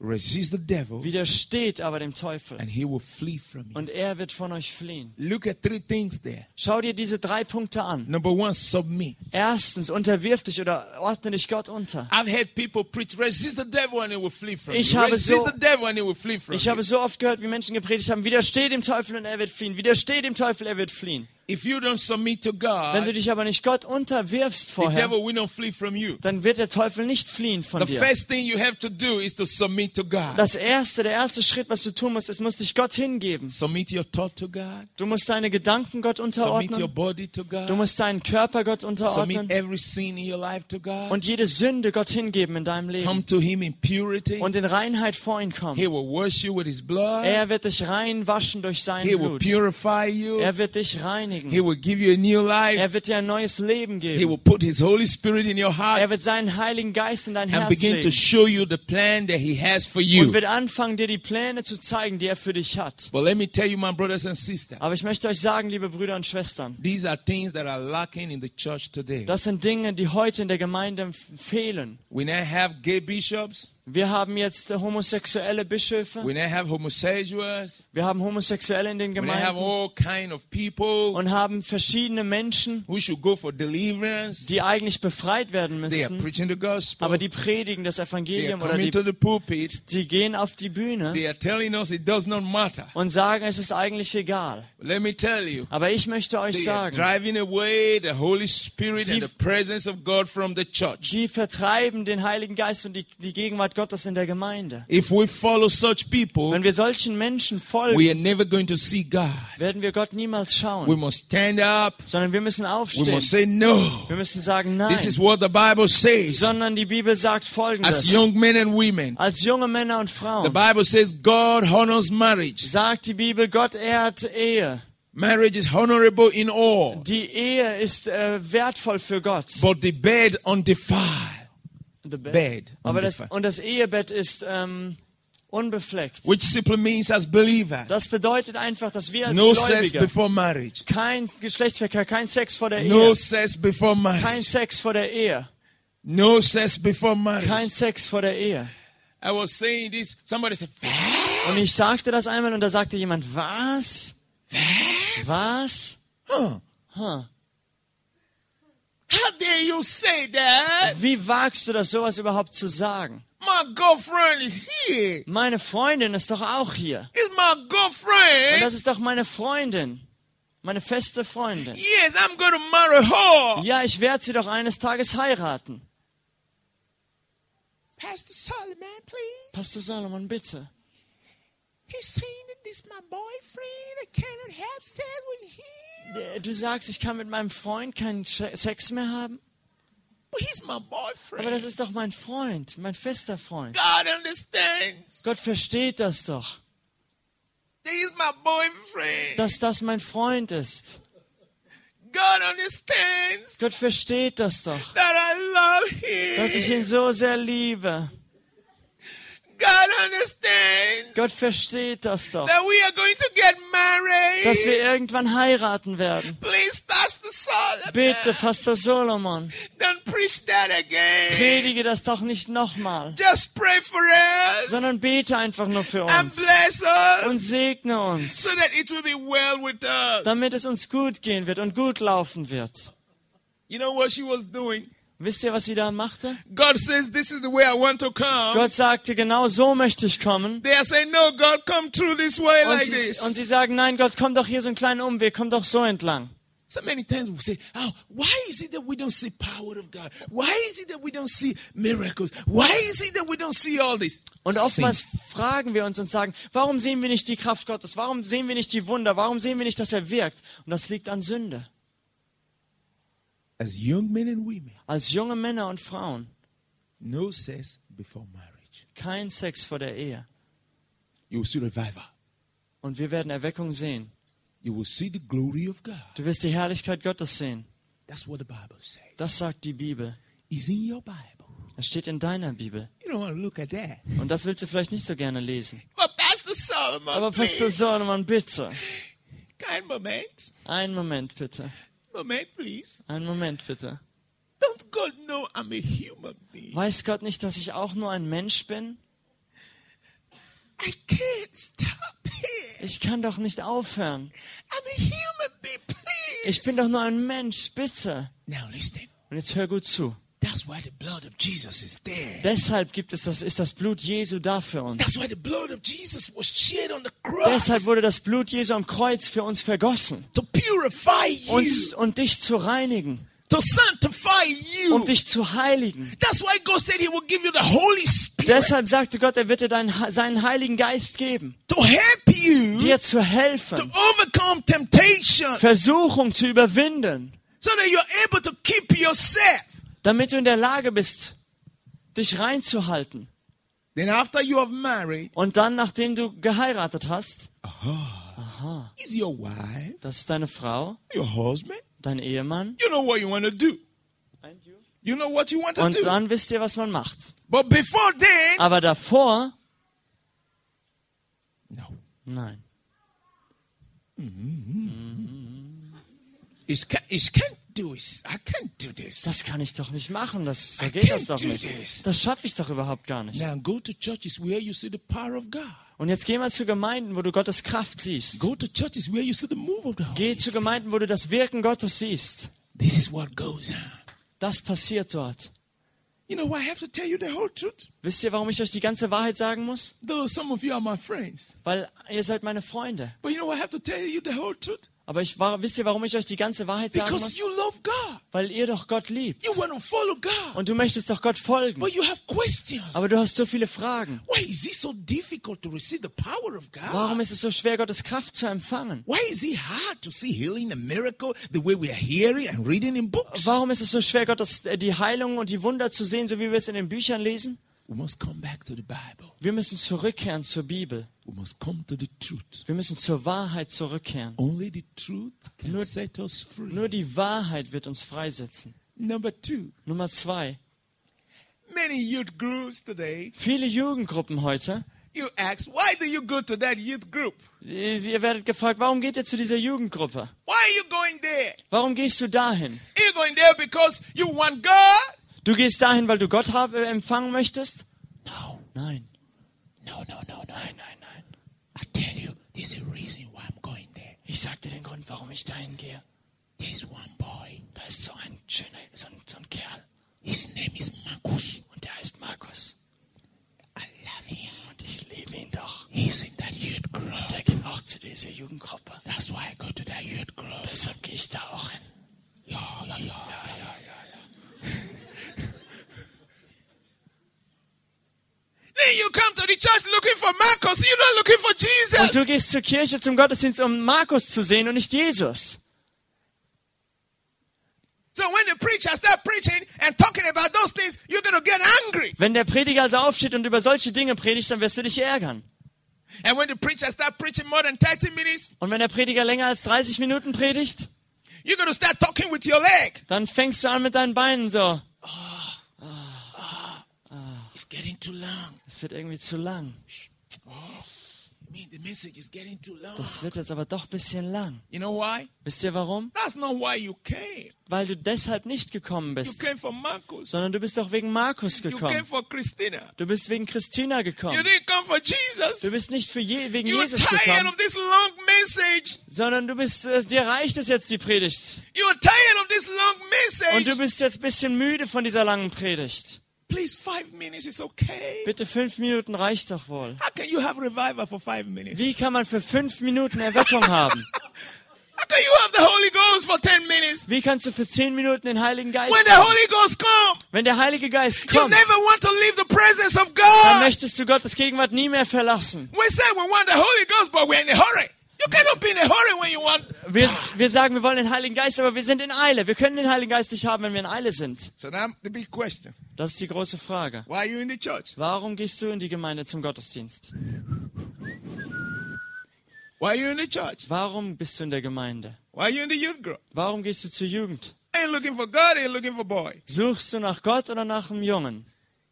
Resist the devil, widersteht aber dem Teufel, and he will flee from you. und er wird von euch fliehen. Look at three things there. Schau dir diese drei Punkte an. Number one, submit. Erstens, unterwirf dich oder ordne dich Gott unter. I've heard people preach, resist the devil and he will flee from Ich you. habe Resist so- the devil and he will flee from Ich you. habe so oft gehört, wie Menschen gepredigt haben, widersteh dem Teufel und er wird fliehen, widersteh dem Teufel, er wird fliehen. If you don't submit to Wenn God, du dich aber nicht Gott unterwirfst the vorher, devil will not flee from you. dann wird der Teufel nicht fliehen von The dir. first thing you have to do is to submit to God. Das erste, der erste Schritt, was du tun musst, ist, musst dich Gott hingeben. Submit your thought to God. Du musst deine Gedanken Gott Submit your unterordnen. body to Du God. musst deinen Körper Gott unterordnen Submit every sin in your life to God. und jede Sünde Gott hingeben in deinem Leben Come to Him in purity. und in Reinheit vor ihn kommen. He will wash you with His blood. Er wird dich rein waschen durch sein He will Blut. purify you. Er wird dich He reinigen. will give you a new life. Er wird dir ein neues Leben He geben. will put His Holy Spirit in your heart Er wird seinen Heiligen Geist in dein and Herz begin to legen show you the plan that He has for und you. wird anfangen, dir die Pläne zu zeigen, die er für dich hat. But let me tell you, my brothers and sisters, Aber ich möchte euch sagen, liebe Brüder und Schwestern, these are things that are lacking in the church today. das sind Dinge, die heute in der Gemeinde f- fehlen. We now have gay bishops, Wir haben jetzt äh, homosexuelle Bischöfe, we now have homosexuals, wir haben Homosexuelle in den we now have Gemeinden all kind of people und haben verschiedene Menschen, who should go for deliverance. die eigentlich befreit werden They are müssten, preaching the gospel. aber die predigen das They are Evangelium oder coming die, to the pulpit. die gehen auf die Bühne They are telling us it does not matter. und sagen, es ist eigentlich egal. Let me tell you. Aber ich möchte euch They are sagen, driving away the Holy Spirit and Die- the presence of God from the church. die vertreiben den Heiligen Geist und die, die Gegenwart Gottes in der Gemeinde. If we follow such people, Wenn wir solchen Menschen folgen, we are never going to see God. werden wir Gott niemals We schauen, must stand up. sondern wir müssen We aufstehen. must say no. Wir müssen sagen This is Nein, what the Bible says. sondern die Bibel sagt As Folgendes. young men and women, Als junge Männer und the Frauen Bible says God honors marriage. sagt die Bibel, Gott ehrt Ehe. Marriage is honorable in all, Die Ehe ist äh, wertvoll für Gott. but the bed undefiled, The bed. bed Aber das, undefiled. und das Ehebett ist ähm, unbefleckt. which simply means as believers, Das bedeutet einfach, dass wir als no sex Gläubige before marriage, kein Geschlechtsverkehr, kein Sex vor der no Ehe, sex before kein marriage, Sex vor der Ehe, no sex before kein marriage. Sex vor der Ehe. I was saying this. Somebody said, Und ich sagte das einmal und da sagte jemand, was? Was? huh, Huh. "How dare you say that? Wie wagst du das, sowas überhaupt zu sagen? My girlfriend is here. Meine Freundin ist doch auch hier. It's my Und girlfriend. das ist doch meine Freundin. Meine feste Freundin. Yes, I'm going to marry her." Ja, ich werde sie doch eines Tages heiraten. Pastor Solomon, please. Pastor Solomon, bitte. He's saying that this my boyfriend. I cannot have sex with him. Äh, Du sagst, ich kann mit meinem Freund keinen Sche- Sex mehr haben? But he's my Aber das boyfriend. ist doch mein Freund, mein fester Freund. God understands. Gott versteht das doch, That he's my boyfriend. dass das mein Freund ist. God understands Gott versteht das doch, that I love dass ich him. ihn so sehr liebe. God understands Gott versteht das doch, that we are going to get dass wir married. irgendwann heiraten werden. Please, Pastor Bitte, Solomon, Pastor Solomon, don't preach that again. predige das doch nicht nochmal, Just pray for us and sondern bete einfach nur für uns bless und us segne uns, so that it will be well with us. damit es uns gut gehen wird und gut laufen wird. You know what she was doing? Wisst ihr, was sie da machte? God says, This is the way I want to come. Gott sagte, genau so möchte ich kommen. They are saying, No, God, come through this way Und like sie, und this. sie sagen, nein, Gott, komm doch hier so einen kleinen Umweg, komm doch so entlang. So many times we say, Oh, why is it that we don't see power of God? Why is it that we don't see miracles? Why is it that we don't see all this? Und Sin. oftmals fragen wir uns und sagen, warum sehen wir nicht die Kraft Gottes? Warum sehen wir nicht die Wunder? Warum sehen wir nicht, dass er wirkt? Und das liegt an Sünde. As young men and women, Als junge Männer und Frauen no sex before marriage. kein Sex vor der Ehe. You will see revival. Und wir werden Erweckung sehen. You will see the glory of God. Du wirst die Herrlichkeit Gottes sehen. That's what the Bible says. Das sagt die Bibel. is in your Bible. Es steht in deiner Bibel. You don't want to look at that. Und das willst du vielleicht nicht so gerne lesen. But Pastor Solomon, Aber Pastor please. Solomon, bitte. Kind moment. Einen Moment, bitte. Moment, please. Einen Moment, bitte. Don't God know I'm a human being? Weiß Gott nicht, dass ich auch nur ein Mensch bin? I can't stop here. Ich kann doch nicht aufhören. I'm a human being, please. Ich bin doch nur ein Mensch, bitte. Now listen. Und jetzt hör gut zu. That's why the blood of Jesus is there. Deshalb gibt es das, ist das Blut Jesu da für uns. That's why the blood of Jesus was shed on the Deshalb cross wurde das Blut Jesu am Kreuz für uns vergossen. to purify you, Uns und dich zu reinigen, to sanctify you. um dich zu heiligen. That's why God said He will give you the Holy Spirit Deshalb sagte Gott, er wird dir deinen, seinen Heiligen Geist geben, to help you dir zu to helfen, overcome temptation Versuchung zu überwinden, so that you're able to keep yourself. damit du in der Lage bist, dich reinzuhalten. Then, after you have married, Und dann, nachdem du geheiratet hast, is your wife, das ist deine Frau, your husband, dein Ehemann, you know what you want to do. You know what you want to und do. dann wisst ihr, was man macht. But before then, Aber davor, no, nein. it's can't, it's can't do it. I can't do this. Das kann ich doch nicht machen. Das, so I geht das can't doch do nicht. this. Das schaffe ich doch überhaupt gar nicht. Now, go to churches where you see the power of God. Und jetzt geh mal zu Gemeinden, wo du Gottes Kraft siehst. Go to churches where you see the move of the Holy. Geh zu Gemeinden, wo du das Wirken Gottes siehst. This is what goes on. Das passiert dort. You know why I have to tell you the whole truth? Wisst ihr, warum ich euch die ganze Wahrheit sagen muss? Though some of you are my friends, Weil ihr seid meine Freunde. but you know why I have to tell you the whole truth? Aber ich war, wisst ihr, warum ich euch die ganze Wahrheit sagen Because muss? you love God. Weil ihr doch Gott liebt. You Oh, want to follow God, Und du möchtest doch Gott folgen. but you have questions. Aber du hast so viele Fragen. Why is it so difficult to receive the power of Warum God? ist es so schwer, Gottes Kraft zu empfangen? Why is it hard to see healing and miracle the way we are hearing and reading in books? Warum ist es so schwer, Gottes äh, die Heilung und die Wunder zu sehen, so wie wir es in den Büchern lesen? We must come back to the Bible. Wir müssen zurückkehren zur Bibel. We must come to the truth. Wir müssen zur Wahrheit zurückkehren. Only the truth can Nur- set us free. Nur die Wahrheit wird uns freisetzen. Number two, Nummer zwei. many youth groups today, Viele Jugendgruppen heute. you ask, why do you go to that youth group? äh, Ihr werdet gefragt, warum geht ihr zu dieser Jugendgruppe? Why are you going there? Warum gehst du dahin? You're going there because you want God? Du gehst dahin, weil du Gott hab, äh, empfangen möchtest? No, Nein. no, no, no, no, no, no. I tell you, there's a reason why I'm going there. Ich sag dir den Grund, warum ich dahin gehe. There's one boy. Da ist so ein schöner, so ein, so ein Kerl. His name is Marcus. Und der heißt Markus. I love him. Und ich liebe ihn doch. He's in that youth group. Der geht auch zu dieser Jugendgruppe. That's why I go to that youth group. Deshalb gehe ich da auch hin. Yeah, yeah, yeah, yeah, yeah, Then you come to the church looking for Marcus. You're not looking for Und du Jesus. gehst zur Kirche zum Gottesdienst, um Markus zu sehen und nicht Jesus. So when the preacher start preaching and talking about those things, you're going to get angry. Wenn der Prediger also aufsteht und über solche Dinge predigt, dann wirst du dich ärgern. And when the preacher start preaching more than 30 minutes, Und wenn der Prediger länger als 30 Minuten predigt, you're going to start talking with your leg. dann fängst du an mit deinen Beinen so. It's getting too long. Es wird irgendwie zu I lang. mean, the message is getting too long. Das wird jetzt aber doch ein bisschen lang. You know why? Wisst ihr warum? That's not why you came. Weil du deshalb nicht gekommen You bist, came for Marcus. sondern du bist doch wegen Markus You came gekommen. for Christina. Du bist wegen Christina You gekommen. didn't come for Du Jesus. bist nicht für je, wegen You're Jesus tired gekommen, of this long message. sondern du bist, äh, dir reicht es jetzt die Predigt. You're tired of this long Und du message. bist jetzt ein bisschen müde von dieser langen Predigt. Please, five minutes is okay. Bitte fünf Minuten reicht doch wohl. How can you have revival for five minutes? Wie kann man für fünf Minuten Erweckung haben? How can you have the Holy Ghost for ten minutes? Wie kannst du für zehn Minuten den Heiligen Geist When the haben? Holy Ghost comes, Wenn der Heilige Geist you kommt, never want to leave the presence of dann God. möchtest du Gottes Gegenwart nie mehr verlassen. We say we want the Holy Ghost, but we're in a hurry. You cannot be in a hurry when you want. Wir, wir sagen, wir wollen den Heiligen Geist, aber wir sind in Eile. Wir können den Heiligen Geist nicht haben, wenn wir in Eile sind. So now the big question: Das ist die große Frage. Why are you in the church? Warum gehst du in die Gemeinde zum Gottesdienst? Why are you in the church? Warum bist du in der Gemeinde? Why are you in the youth group? Warum gehst du zur Jugend? ain't looking for God, he ain't looking for boy. Suchst du nach Gott oder nach einem Jungen?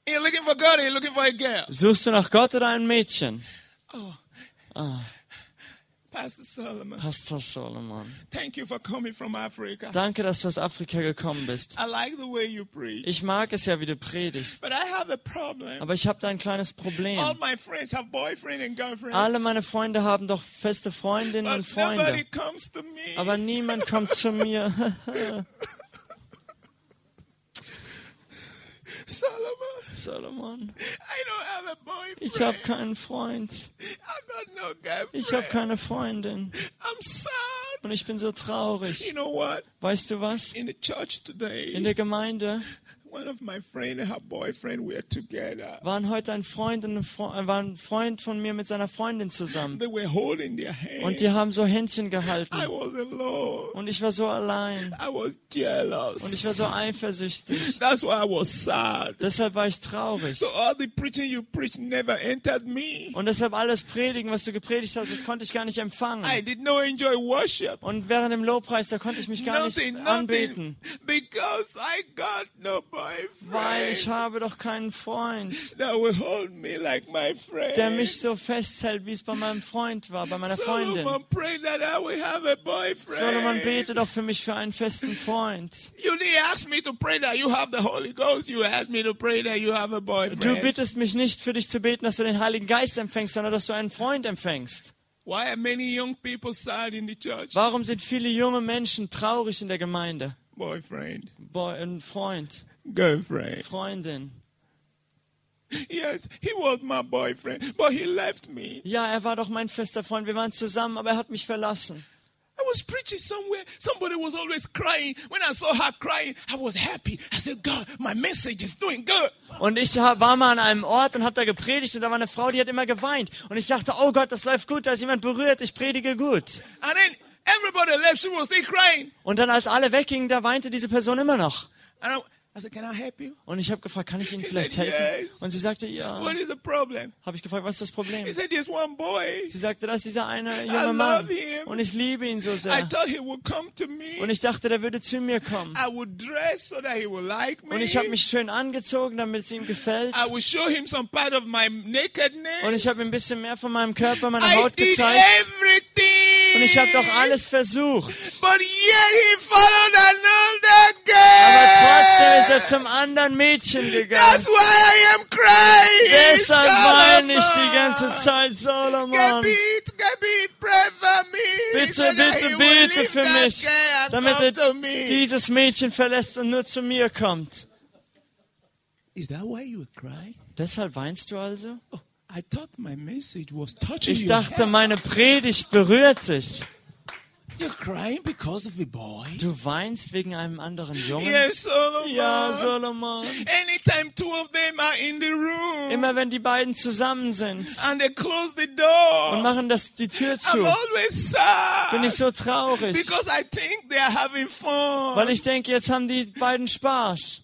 He ain't looking for God, he ain't looking for a girl. Suchst du nach Gott oder ein Mädchen? Oh, Pastor Solomon, Pastor Solomon, thank you for coming from Africa. danke, dass du aus Afrika gekommen bist. I like the way you preach, Ich mag es ja, wie du predigst, but I have a problem. aber ich habe da ein kleines All Problem. my friends have boyfriend and girlfriend. Alle meine Freunde haben doch feste Freundinnen but und nobody Freunde, comes to me. aber niemand kommt zu mir. Solomon, Solomon, I don't have a boyfriend. ich habe keinen Freund, I got no girlfriend. ich habe keine Freundin I'm sad. und ich bin so You traurig. know what? Weißt du was? In the church today, In der Gemeinde one of my friend and her boyfriend were together. waren heute ein Freund und eine Fre äh, war ein Freund von mir mit seiner Freundin zusammen They were holding their hands. und die haben so Händchen gehalten I was alone. und ich war so allein I was jealous. und ich war so eifersüchtig. That's why I was sad. Deshalb war ich traurig. So all the preaching you preach never entered me. Und deshalb alles predigen, was du gepredigt hast, das konnte ich gar nicht empfangen. I did not enjoy worship. Und während dem Lobpreis, da konnte ich mich gar nicht Nothing, nothing. anbeten, Because I got no weil ich boyfriend habe doch keinen Freund, that will hold me like my friend. der mich so festhält, wie es bei meinem Freund war, bei meiner Freundin. Solomon pray that I will have a boyfriend. Solomon, bete doch für mich für einen festen Freund. You didn't ask me to pray that you have the Holy Ghost. You asked me to pray that you have a boyfriend. Du bittest mich nicht für dich zu beten, dass du den Heiligen Geist empfängst, sondern dass du einen Freund empfängst. Why are many young people sad in the church? Warum sind viele junge Menschen traurig in der Gemeinde? Boyfriend, Boah, ein Freund, girlfriend. Freundin. Yes, he was my boyfriend, but he left me. Ja, er war doch mein fester Freund. Wir waren zusammen, aber er hat mich verlassen. I was preaching somewhere. Somebody was always crying. When I saw her crying, I was happy. I said, God, my message is doing good. Und ich hab- war mal an einem Ort und habe da gepredigt und da war eine Frau, die hat immer geweint. Und ich dachte, oh Gott, das läuft gut, da ist jemand berührt, ich predige gut. And then everybody left. She was still crying. Und dann, als alle weggingen, da weinte diese Person immer noch. And I, I said, Can I help you? Und ich habe gefragt, kann ich Ihnen He vielleicht said, helfen? "Yes." Und sie sagte, ja. What is the problem? Habe ich gefragt, was ist das Problem? He said, There's one boy. Sie sagte, das ist dieser eine I junge love Mann. him. Und ich liebe ihn so I sehr. thought he would come to me. Und ich dachte, der würde zu mir kommen. I would dress so that he would like me. Und ich habe mich schön angezogen, damit es ihm gefällt. I would show him some part of my nakedness. Und ich habe ihm ein bisschen mehr von meinem Körper, meiner I Haut did gezeigt. everything. Und ich habe doch alles versucht. But yet he followed another girl. Aber trotzdem ist er zum anderen Mädchen gegangen. That's why I am crying. Deshalb weine ich Solomon. die ganze Zeit, um, Solomon. Gebet, Gebet, pray for me. Bitte, so that bitte, he will bete leave für that mich, girl and Damit come er to me. dieses Mädchen verlässt und nur zu mir kommt. Is that why you cry? Deshalb weinst du also? Oh, I thought my message was touching Ich you. dachte, meine Predigt berührt dich. You're crying because of a boy? Du weinst wegen einem anderen Jungen? Yes, Solomon. Ja, Solomon. Anytime two of them are in the room Immer wenn die beiden zusammen sind and they close the und door, machen das die Tür I'm zu, always bin sad ich so traurig, because I think they are having fun. weil ich denke, jetzt haben die beiden Spaß.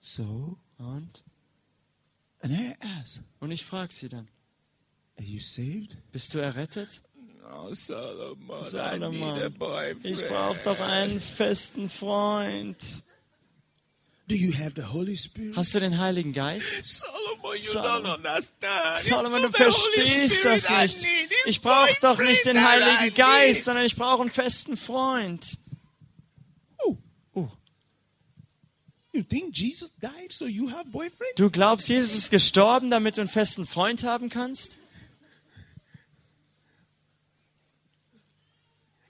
So, Und? and I ask, Und ich frage sie dann, Are you saved? bist du errettet? Oh, Solomon, I Solomon, need a boyfriend. Ich brauche doch einen festen Freund. Do you have the Holy Spirit? Hast du den Heiligen Geist? Solomon, you Solomon. don't understand. It's Solomon, du not the Holy verstehst Spirit das I nicht. need. It's Ich brauche doch nicht den boyfriend that I Heiligen need. Geist, sondern ich brauche einen festen Freund. Oh, Oh. You think Jesus died so you have boyfriend? Du glaubst, Jesus ist gestorben, damit du einen festen Freund haben kannst?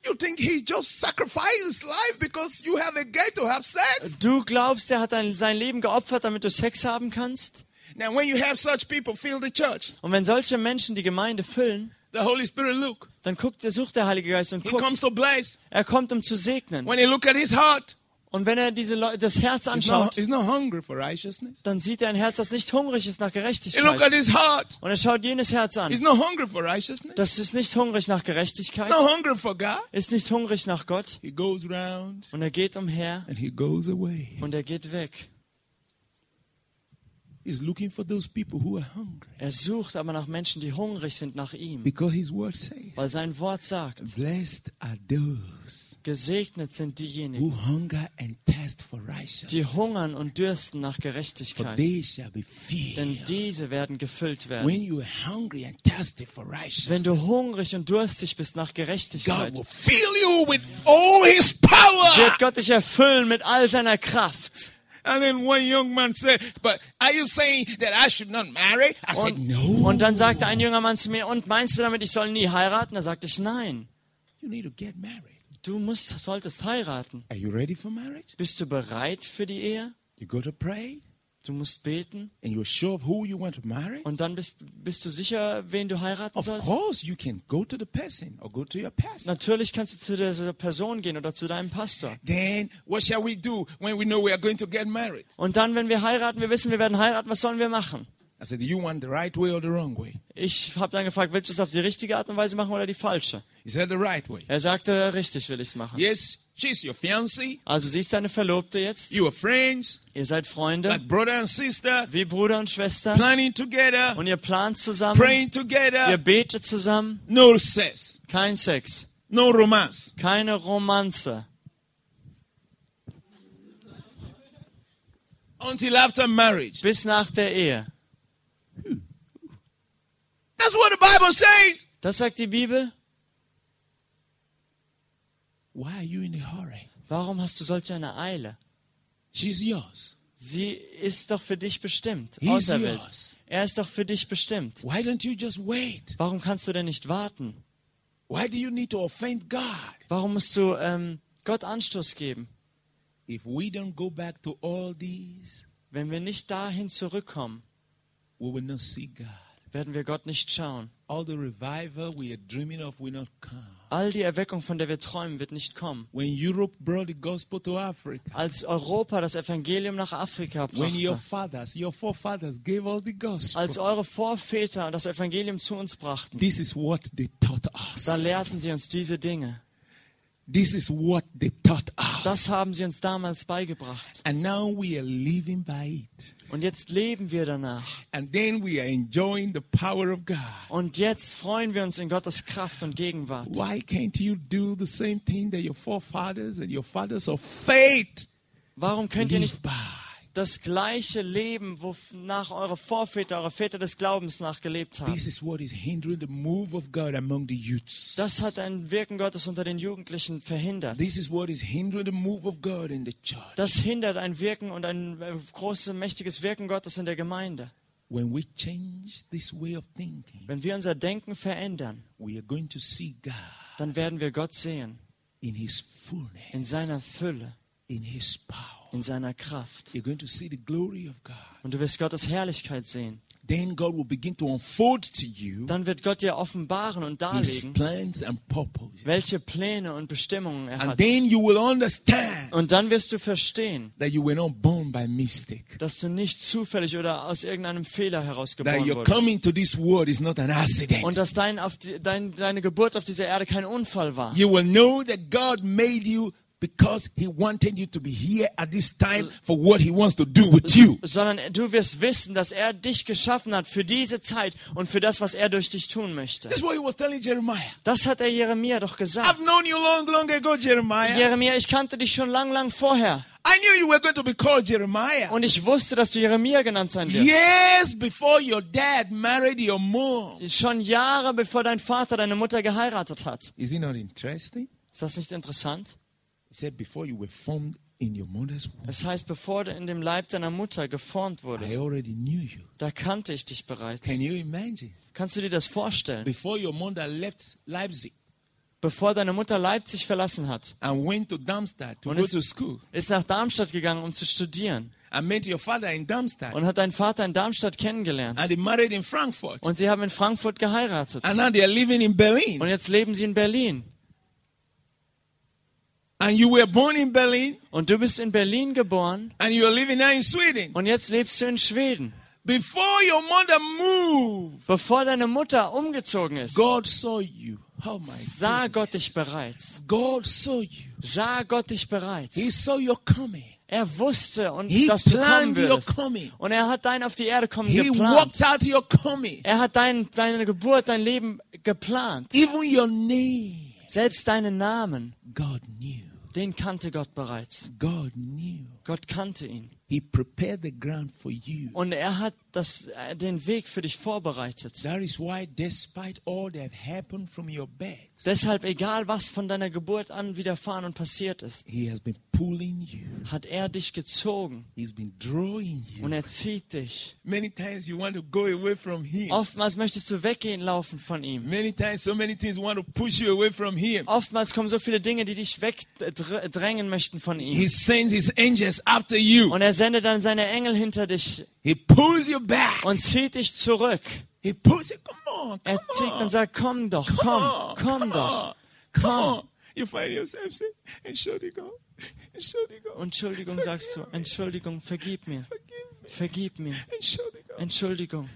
You think he just sacrificed his life because you have a guy to have sex? Du glaubst, er hat ein, sein Leben geopfert, damit du Sex haben kannst? Now, when you have such people fill the church, Und wenn solche Menschen die Gemeinde füllen, the Holy Spirit look. dann guckt, sucht der Heilige Geist und He guckt. comes to bless. Er kommt, um zu segnen. When he look at his heart, Und wenn er diese Leu das Herz he's not, anschaut, he's not hungry for righteousness. dann sieht er ein Herz, das nicht hungrig ist nach He look at Gerechtigkeit. his heart. Und er schaut jenes Herz He's an. not hungry for righteousness. Das ist nicht hungrig nach He's Gerechtigkeit, not hungry for God. ist nicht hungrig nach Gott. He goes round Und er geht umher and he goes away. und er geht weg. He's looking for those people who are hungry Er sucht aber nach Menschen, die hungrig sind nach ihm, because his word says, weil sein Wort sagt, Blessed are those gesegnet sind diejenigen, who hunger and thirst for die righteousness, hungern und dürsten nach for Gerechtigkeit, they shall be denn filled. diese werden gefüllt werden. When you are hungry and thirsty for Wenn righteousness, du hungrig und durstig bist nach God Gerechtigkeit, will fill you with all his power. wird Gott dich erfüllen mit all seiner Kraft. And then one young man said, But are you saying that I should not marry? I said, Und, No. und dann sagte ein junger Mann zu mir, und meinst du damit, ich soll nie heiraten? Da sagte ich, nein, you need to get married. du musst, solltest heiraten. Are you ready for marriage? Bist du bereit für die Ehe? You go to pray Du musst beten and you're sure of who you want to marry? und dann bist, bist du sicher, wen du heiraten Of sollst? course, you can go to the person or go to your pastor. Natürlich kannst du zu dieser Person gehen oder zu deinem Pastor. Then what shall we do when we know we are going to get married? Und dann, wenn wir heiraten, wir wissen, wir werden heiraten, was sollen wir machen? I said, Do you want the right way or the wrong way? Ich habe dann gefragt, willst du es auf die richtige Art und Weise machen oder die falsche? He said, The right way. Er sagte, richtig will ich es machen. Yes, she's your fiancée. Also sie ist deine Verlobte jetzt, You are friends, ihr seid Freunde, like brother and sister, wie Bruder und Schwester planning together, und ihr plant zusammen, praying ihr together. betet zusammen, No sex, kein Sex, no romance. keine Romanze. until after marriage. Bis nach der Ehe. That's what the Bible says. Das sagt die Bibel. Why are you in a hurry? Warum hast du solch eine Eile? She's yours. Sie ist doch für dich bestimmt, He's auserwählt. yours. Er ist doch für dich bestimmt. Why don't you just wait? Warum kannst du denn nicht warten? Why do you need to offend God? Warum musst du ähm, Gott Anstoß geben? If we don't go back to all these, Wenn wir nicht dahin zurückkommen, we will not see God. werden wir Gott nicht schauen. All the revival we are dreaming of will not come. All die Erweckung, von der wir träumen, wird nicht kommen. When Europe brought the gospel to Africa, Als Europa das Evangelium nach Afrika when your brachte, fathers, your forefathers gave us the als gospel, eure Vorväter das Evangelium zu uns brachten, this is what they taught da us. lehrten sie uns diese Dinge. This is what they taught Das us. haben sie uns damals beigebracht. And now we are living by it. Und jetzt leben wir danach. And then we are enjoying the power of God. Und jetzt freuen wir uns in Gottes Kraft und Gegenwart. Why can't you do the same thing that your forefathers and your fathers of faith Warum könnt ihr live nicht by? das gleiche leben, wonach eure Vorväter, eure Väter des Glaubens nachgelebt haben? This is what is hindering the move of God among the youths. Das hat ein Wirken Gottes unter den Jugendlichen verhindert. This is what is hindering the move of God in the church. Das hindert ein Wirken und ein äh, großes, mächtiges Wirken Gottes in der Gemeinde. When we change this way of thinking, Wenn wir unser Denken verändern, we are going to see God dann werden wir Gott sehen. in His In fullness, seiner Fülle, in His power. in seiner Kraft. You're going to see the glory of God. Und du wirst Gottes Herrlichkeit sehen. Then God will begin to unfold to you Dann wird Gott dir offenbaren und His darlegen, plans and purposes. welche Pläne und Bestimmungen er And hat. then you will understand Und dann wirst du verstehen, that you were not born by mistake. dass du nicht zufällig oder aus irgendeinem Fehler That herausgeboren your wurdest. coming to this world is not an Und accident. dass dein, auf die, dein, deine Geburt auf dieser Erde kein Unfall war. You will know that God made you because He wanted you to be here at this time for what He wants to do with you. sondern du wirst wissen, dass er dich geschaffen hat für diese Zeit und für das, was er durch dich tun möchte. That's what He was telling Jeremiah. Das hat er Jeremia doch gesagt. I've known you long, long ago, Jeremiah. Jeremia, ich kannte dich schon lang, lang vorher I knew you were going to be called Jeremiah. und ich wusste, dass du Jeremia genannt sein wirst. Years before your dad married your mom. Schon Jahre bevor dein Vater deine Mutter geheiratet hat. Is it not interesting? Ist das nicht interessant? He said, Before you were formed in your mother's womb, Das heißt, bevor du in dem Leib deiner Mutter geformt I wurdest, already knew you. da kannte ich dich bereits. Can you imagine? Kannst du dir das vorstellen? before your mother left Leipzig Bevor deine Mutter Leipzig verlassen hat, and went to Darmstadt to Und go es- to school ist nach Darmstadt gegangen, um zu studieren and met your father in Darmstadt und hat deinen Vater in Darmstadt kennengelernt. and they married in Frankfurt Und sie haben in Frankfurt geheiratet. and now they are living in Und Berlin jetzt leben sie in Berlin. and you were born in Berlin Und du bist in Berlin geboren and you are living now in Sweden. und jetzt lebst du in Schweden. Before your mother moved, Bevor deine Mutter umgezogen ist, God saw you. Oh my sah God. Gott dich bereits. God saw you. Sah Gott dich He bereits. saw your coming. Er wusste, und He dass du kommen planned your würdest. coming. Und er hat dein auf die Erde kommen He geplant. worked out your coming, Er hat dein, deine Geburt, dein Leben geplant. even your name. Selbst deinen Namen, God knew. den kannte Gott bereits. God knew. Gott kannte ihn. He prepared the ground for you. Und er hat das, äh, den Weg für dich vorbereitet. That is why, despite all that have happened from your birth, Deshalb, egal was von deiner Geburt an widerfahren und passiert ist, He has been pulling you. hat er dich gezogen He's been drawing you. und er zieht dich. Many times you want to go away from Him. Oftmals möchtest du weggehen, laufen von ihm. Many times, so many things want to push you away from Him. Oftmals kommen so viele Dinge, die dich wegdrängen möchten von ihm. He sends His angels after you. Und er sendet dann seine Engel hinter dich He pulls you back. und zieht dich zurück. He pulls you. Come on. Come Er zieht on. und sagt, komm doch, komm, komm doch. Come Komm. on. You find yourself saying, Entschuldigung. Entschuldigung. Entschuldigung, Forgive sagst du. me. Entschuldigung, vergib mir. Forgive me. Vergib mir. Entschuldigung. Entschuldigung.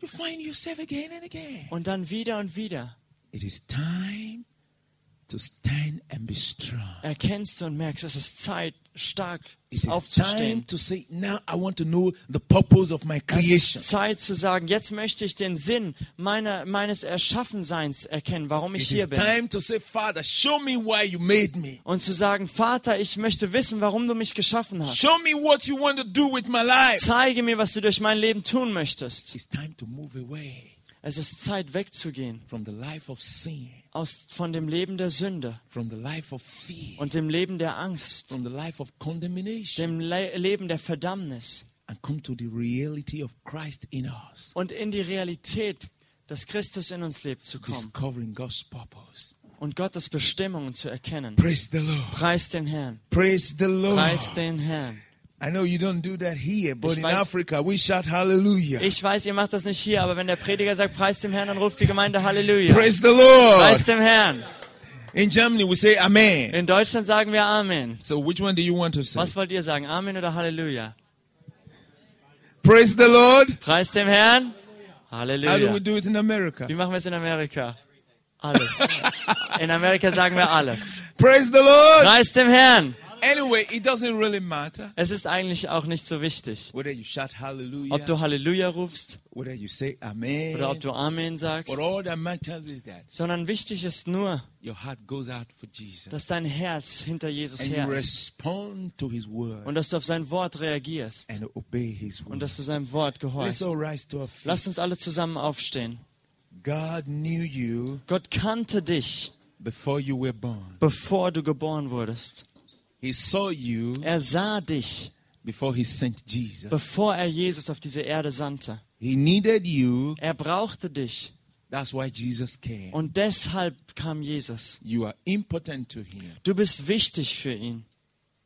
You find yourself again and again. Und dann wieder und wieder It is time to stand and be strong. erkennst du und merkst, es ist Zeit, stark It is time aufzustehen. to say, now I want to know the purpose of my Es creation. ist Zeit zu sagen, jetzt möchte ich den Sinn meiner, meines Erschaffenseins erkennen, warum ich It is hier bin. time to say, Father, show me why you made me. Und zu sagen, Vater, ich möchte wissen, warum du mich geschaffen hast. Show me what you want to do with my life. Zeige mir, was du durch mein Leben tun möchtest. It's time to move away Es ist Zeit, wegzugehen from the life of sin, aus, von dem Leben der Sünde from the life of fear, und dem Leben der Angst, from the life of condemnation, dem Le Leben der Verdammnis and come to the reality of Christ in us, und in die Realität, dass Christus in uns lebt, zu kommen discovering God's purpose. und Gottes Bestimmungen zu erkennen. Praise the Lord. Preis den Herrn, Praise the Lord. preis den Herrn. I know you don't do that here, but Ich in weiß- Africa we shout hallelujah. Ich weiß, ihr macht das nicht hier, aber wenn der Prediger sagt, preis dem Herrn, dann ruft die Gemeinde Halleluja. Praise the Lord. Preis dem Herrn. In Germany we say amen. In Deutschland sagen wir Amen. So which one do you want to say? Was wollt ihr sagen, Amen oder Halleluja? Praise the Lord. Preis dem Herrn. How do Halleluja. we do it in America? Wie machen wir es in Amerika? Alles. In Amerika sagen wir alles. Praise the Lord. Preis dem Herrn. Anyway, it doesn't really matter Es ist eigentlich auch nicht so wichtig, whether you shout hallelujah, ob du Halleluja rufst whether you say amen. oder ob du Amen sagst, But all that matters is that sondern wichtig ist nur, your heart goes out for Jesus dass dein Herz hinter Jesus and you her ist respond to his word und dass du auf sein Wort reagierst and obey his und word. dass du seinem Wort Let's gehorchst. all rise to our feet. Lasst uns alle zusammen aufstehen. God knew you Gott kannte dich, before you were born. bevor du geboren wurdest. He saw you Er sah dich, before he sent Jesus. bevor er Jesus auf diese Erde sandte. He needed you. Er brauchte dich. That's why Jesus came. Und deshalb kam Jesus. You are important to him. Du bist wichtig für ihn.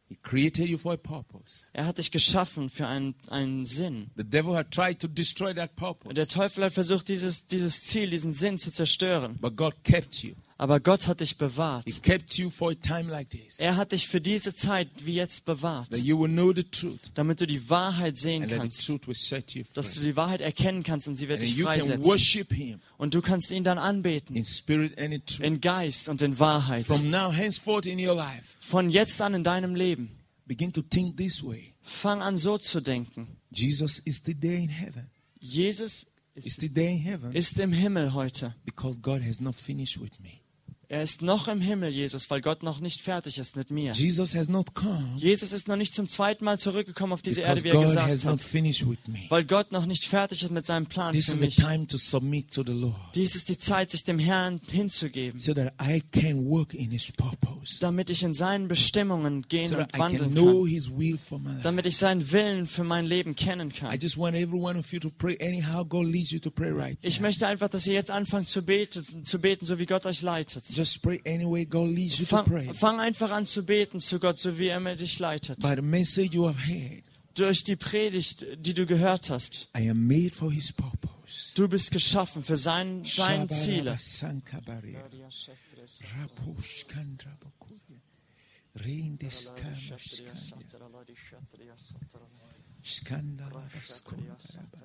He created you for a purpose. Er hat dich geschaffen für einen, einen Sinn. The devil had tried to destroy that Und purpose, der Teufel hat versucht, dieses, dieses Ziel, diesen Sinn zu zerstören. but God kept you. Aber Gott hat dich He bewahrt. kept you for a time like this. Er hat dich für diese Zeit wie jetzt bewahrt, That you will know the truth damit du die Wahrheit sehen and that the kannst, truth will set you dass du free. die Wahrheit erkennen kannst und sie wird And dich you can freisetzen. worship him Und du kannst ihn dann anbeten, in spirit and in truth. in Geist und in Wahrheit. From now henceforth in your life, Von jetzt an in deinem Leben. begin to think this way. Fang an so zu denken. Jesus is the day in heaven. Jesus It's ist, the day in heaven ist im Himmel heute. because God has not finished with me. Er ist noch im Himmel, Jesus, weil Gott noch nicht fertig ist mit mir. Jesus has not come Jesus ist noch nicht zum zweiten Mal zurückgekommen auf diese because Erde, wie er God has gesagt not hat, finished with me. weil Gott noch nicht fertig ist mit seinem Plan This für is the mich. time to submit to the Lord Dies ist die Zeit, sich dem Herrn hinzugeben, so that I can work in His purpose, damit ich in seinen Bestimmungen gehen so that und I can wandeln know kann, His will for my life. damit ich seinen Willen für mein Leben kennen I kann. just want every one of you to pray anyhow God leads you to pray right. Ich now. möchte einfach, dass ihr jetzt anfangt zu beten, zu beten, so wie Gott euch leitet. Just pray any way God leads you to pray. Fang, fang einfach an zu beten zu Gott, so wie er mir dich leitet. By the message you have heard, Durch die Predigt, die du gehört hast, I am made for His purpose. du bist geschaffen für sein, seine Ziele. Shabarabasankabaria, rabushkandrabakuri, reindeskamaskanda, skandarabaskundaraba.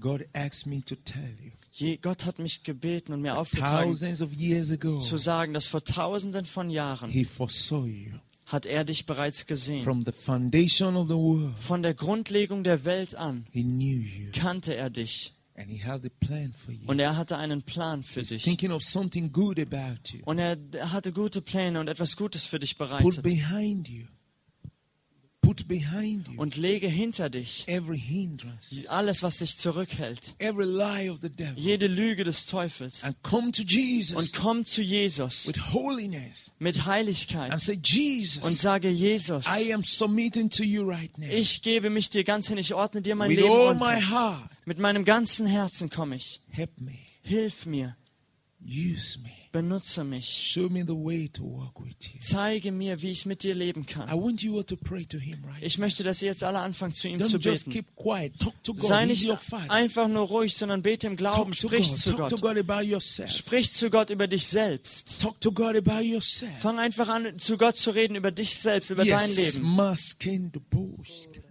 God asked me to tell you. Je, Gott hat mich gebeten und mir aufgetragen, Thousands of years ago, zu sagen, dass vor tausenden von Jahren He foresaw you. hat er dich bereits gesehen. From the foundation of the world, Von der Grundlegung der Welt an He knew you kannte er dich and He has a plan for you. und er hatte einen Plan für dich. Thinking of something good about you, Und er hatte gute Pläne und etwas Gutes für dich put bereitet. behind you, put behind you Und lege hinter dich every hindrance, alles, was dich zurückhält, every lie of the devil, jede Lüge des Teufels. and come to Jesus Und komm zu Jesus with holiness mit and Heiligkeit say, und Jesus, sage, Jesus, I am submitting to you right now. ich gebe mich dir ganz hin, ich ordne dir mein With Leben all my unter. heart, Mit meinem ganzen Herzen komme ich. help me, Hilf mir, use me, benutze mich. show me the way to walk with you. Zeige mir, wie ich mit dir leben I kann. want you all to pray to Him right Ich möchte, dass ihr jetzt alle anfangen, zu ihm Don't zu just beten. keep quiet. Talk to God. Sei He's nicht your father. einfach nur ruhig, sondern bete im Talk Glauben. to God. Sprich zu Talk to Gott. God about yourself. Sprich zu Gott über dich selbst. Talk to God about yourself. Fang einfach an, zu Gott zu reden über dich selbst, über dein Yes, Leben. mask in the bush.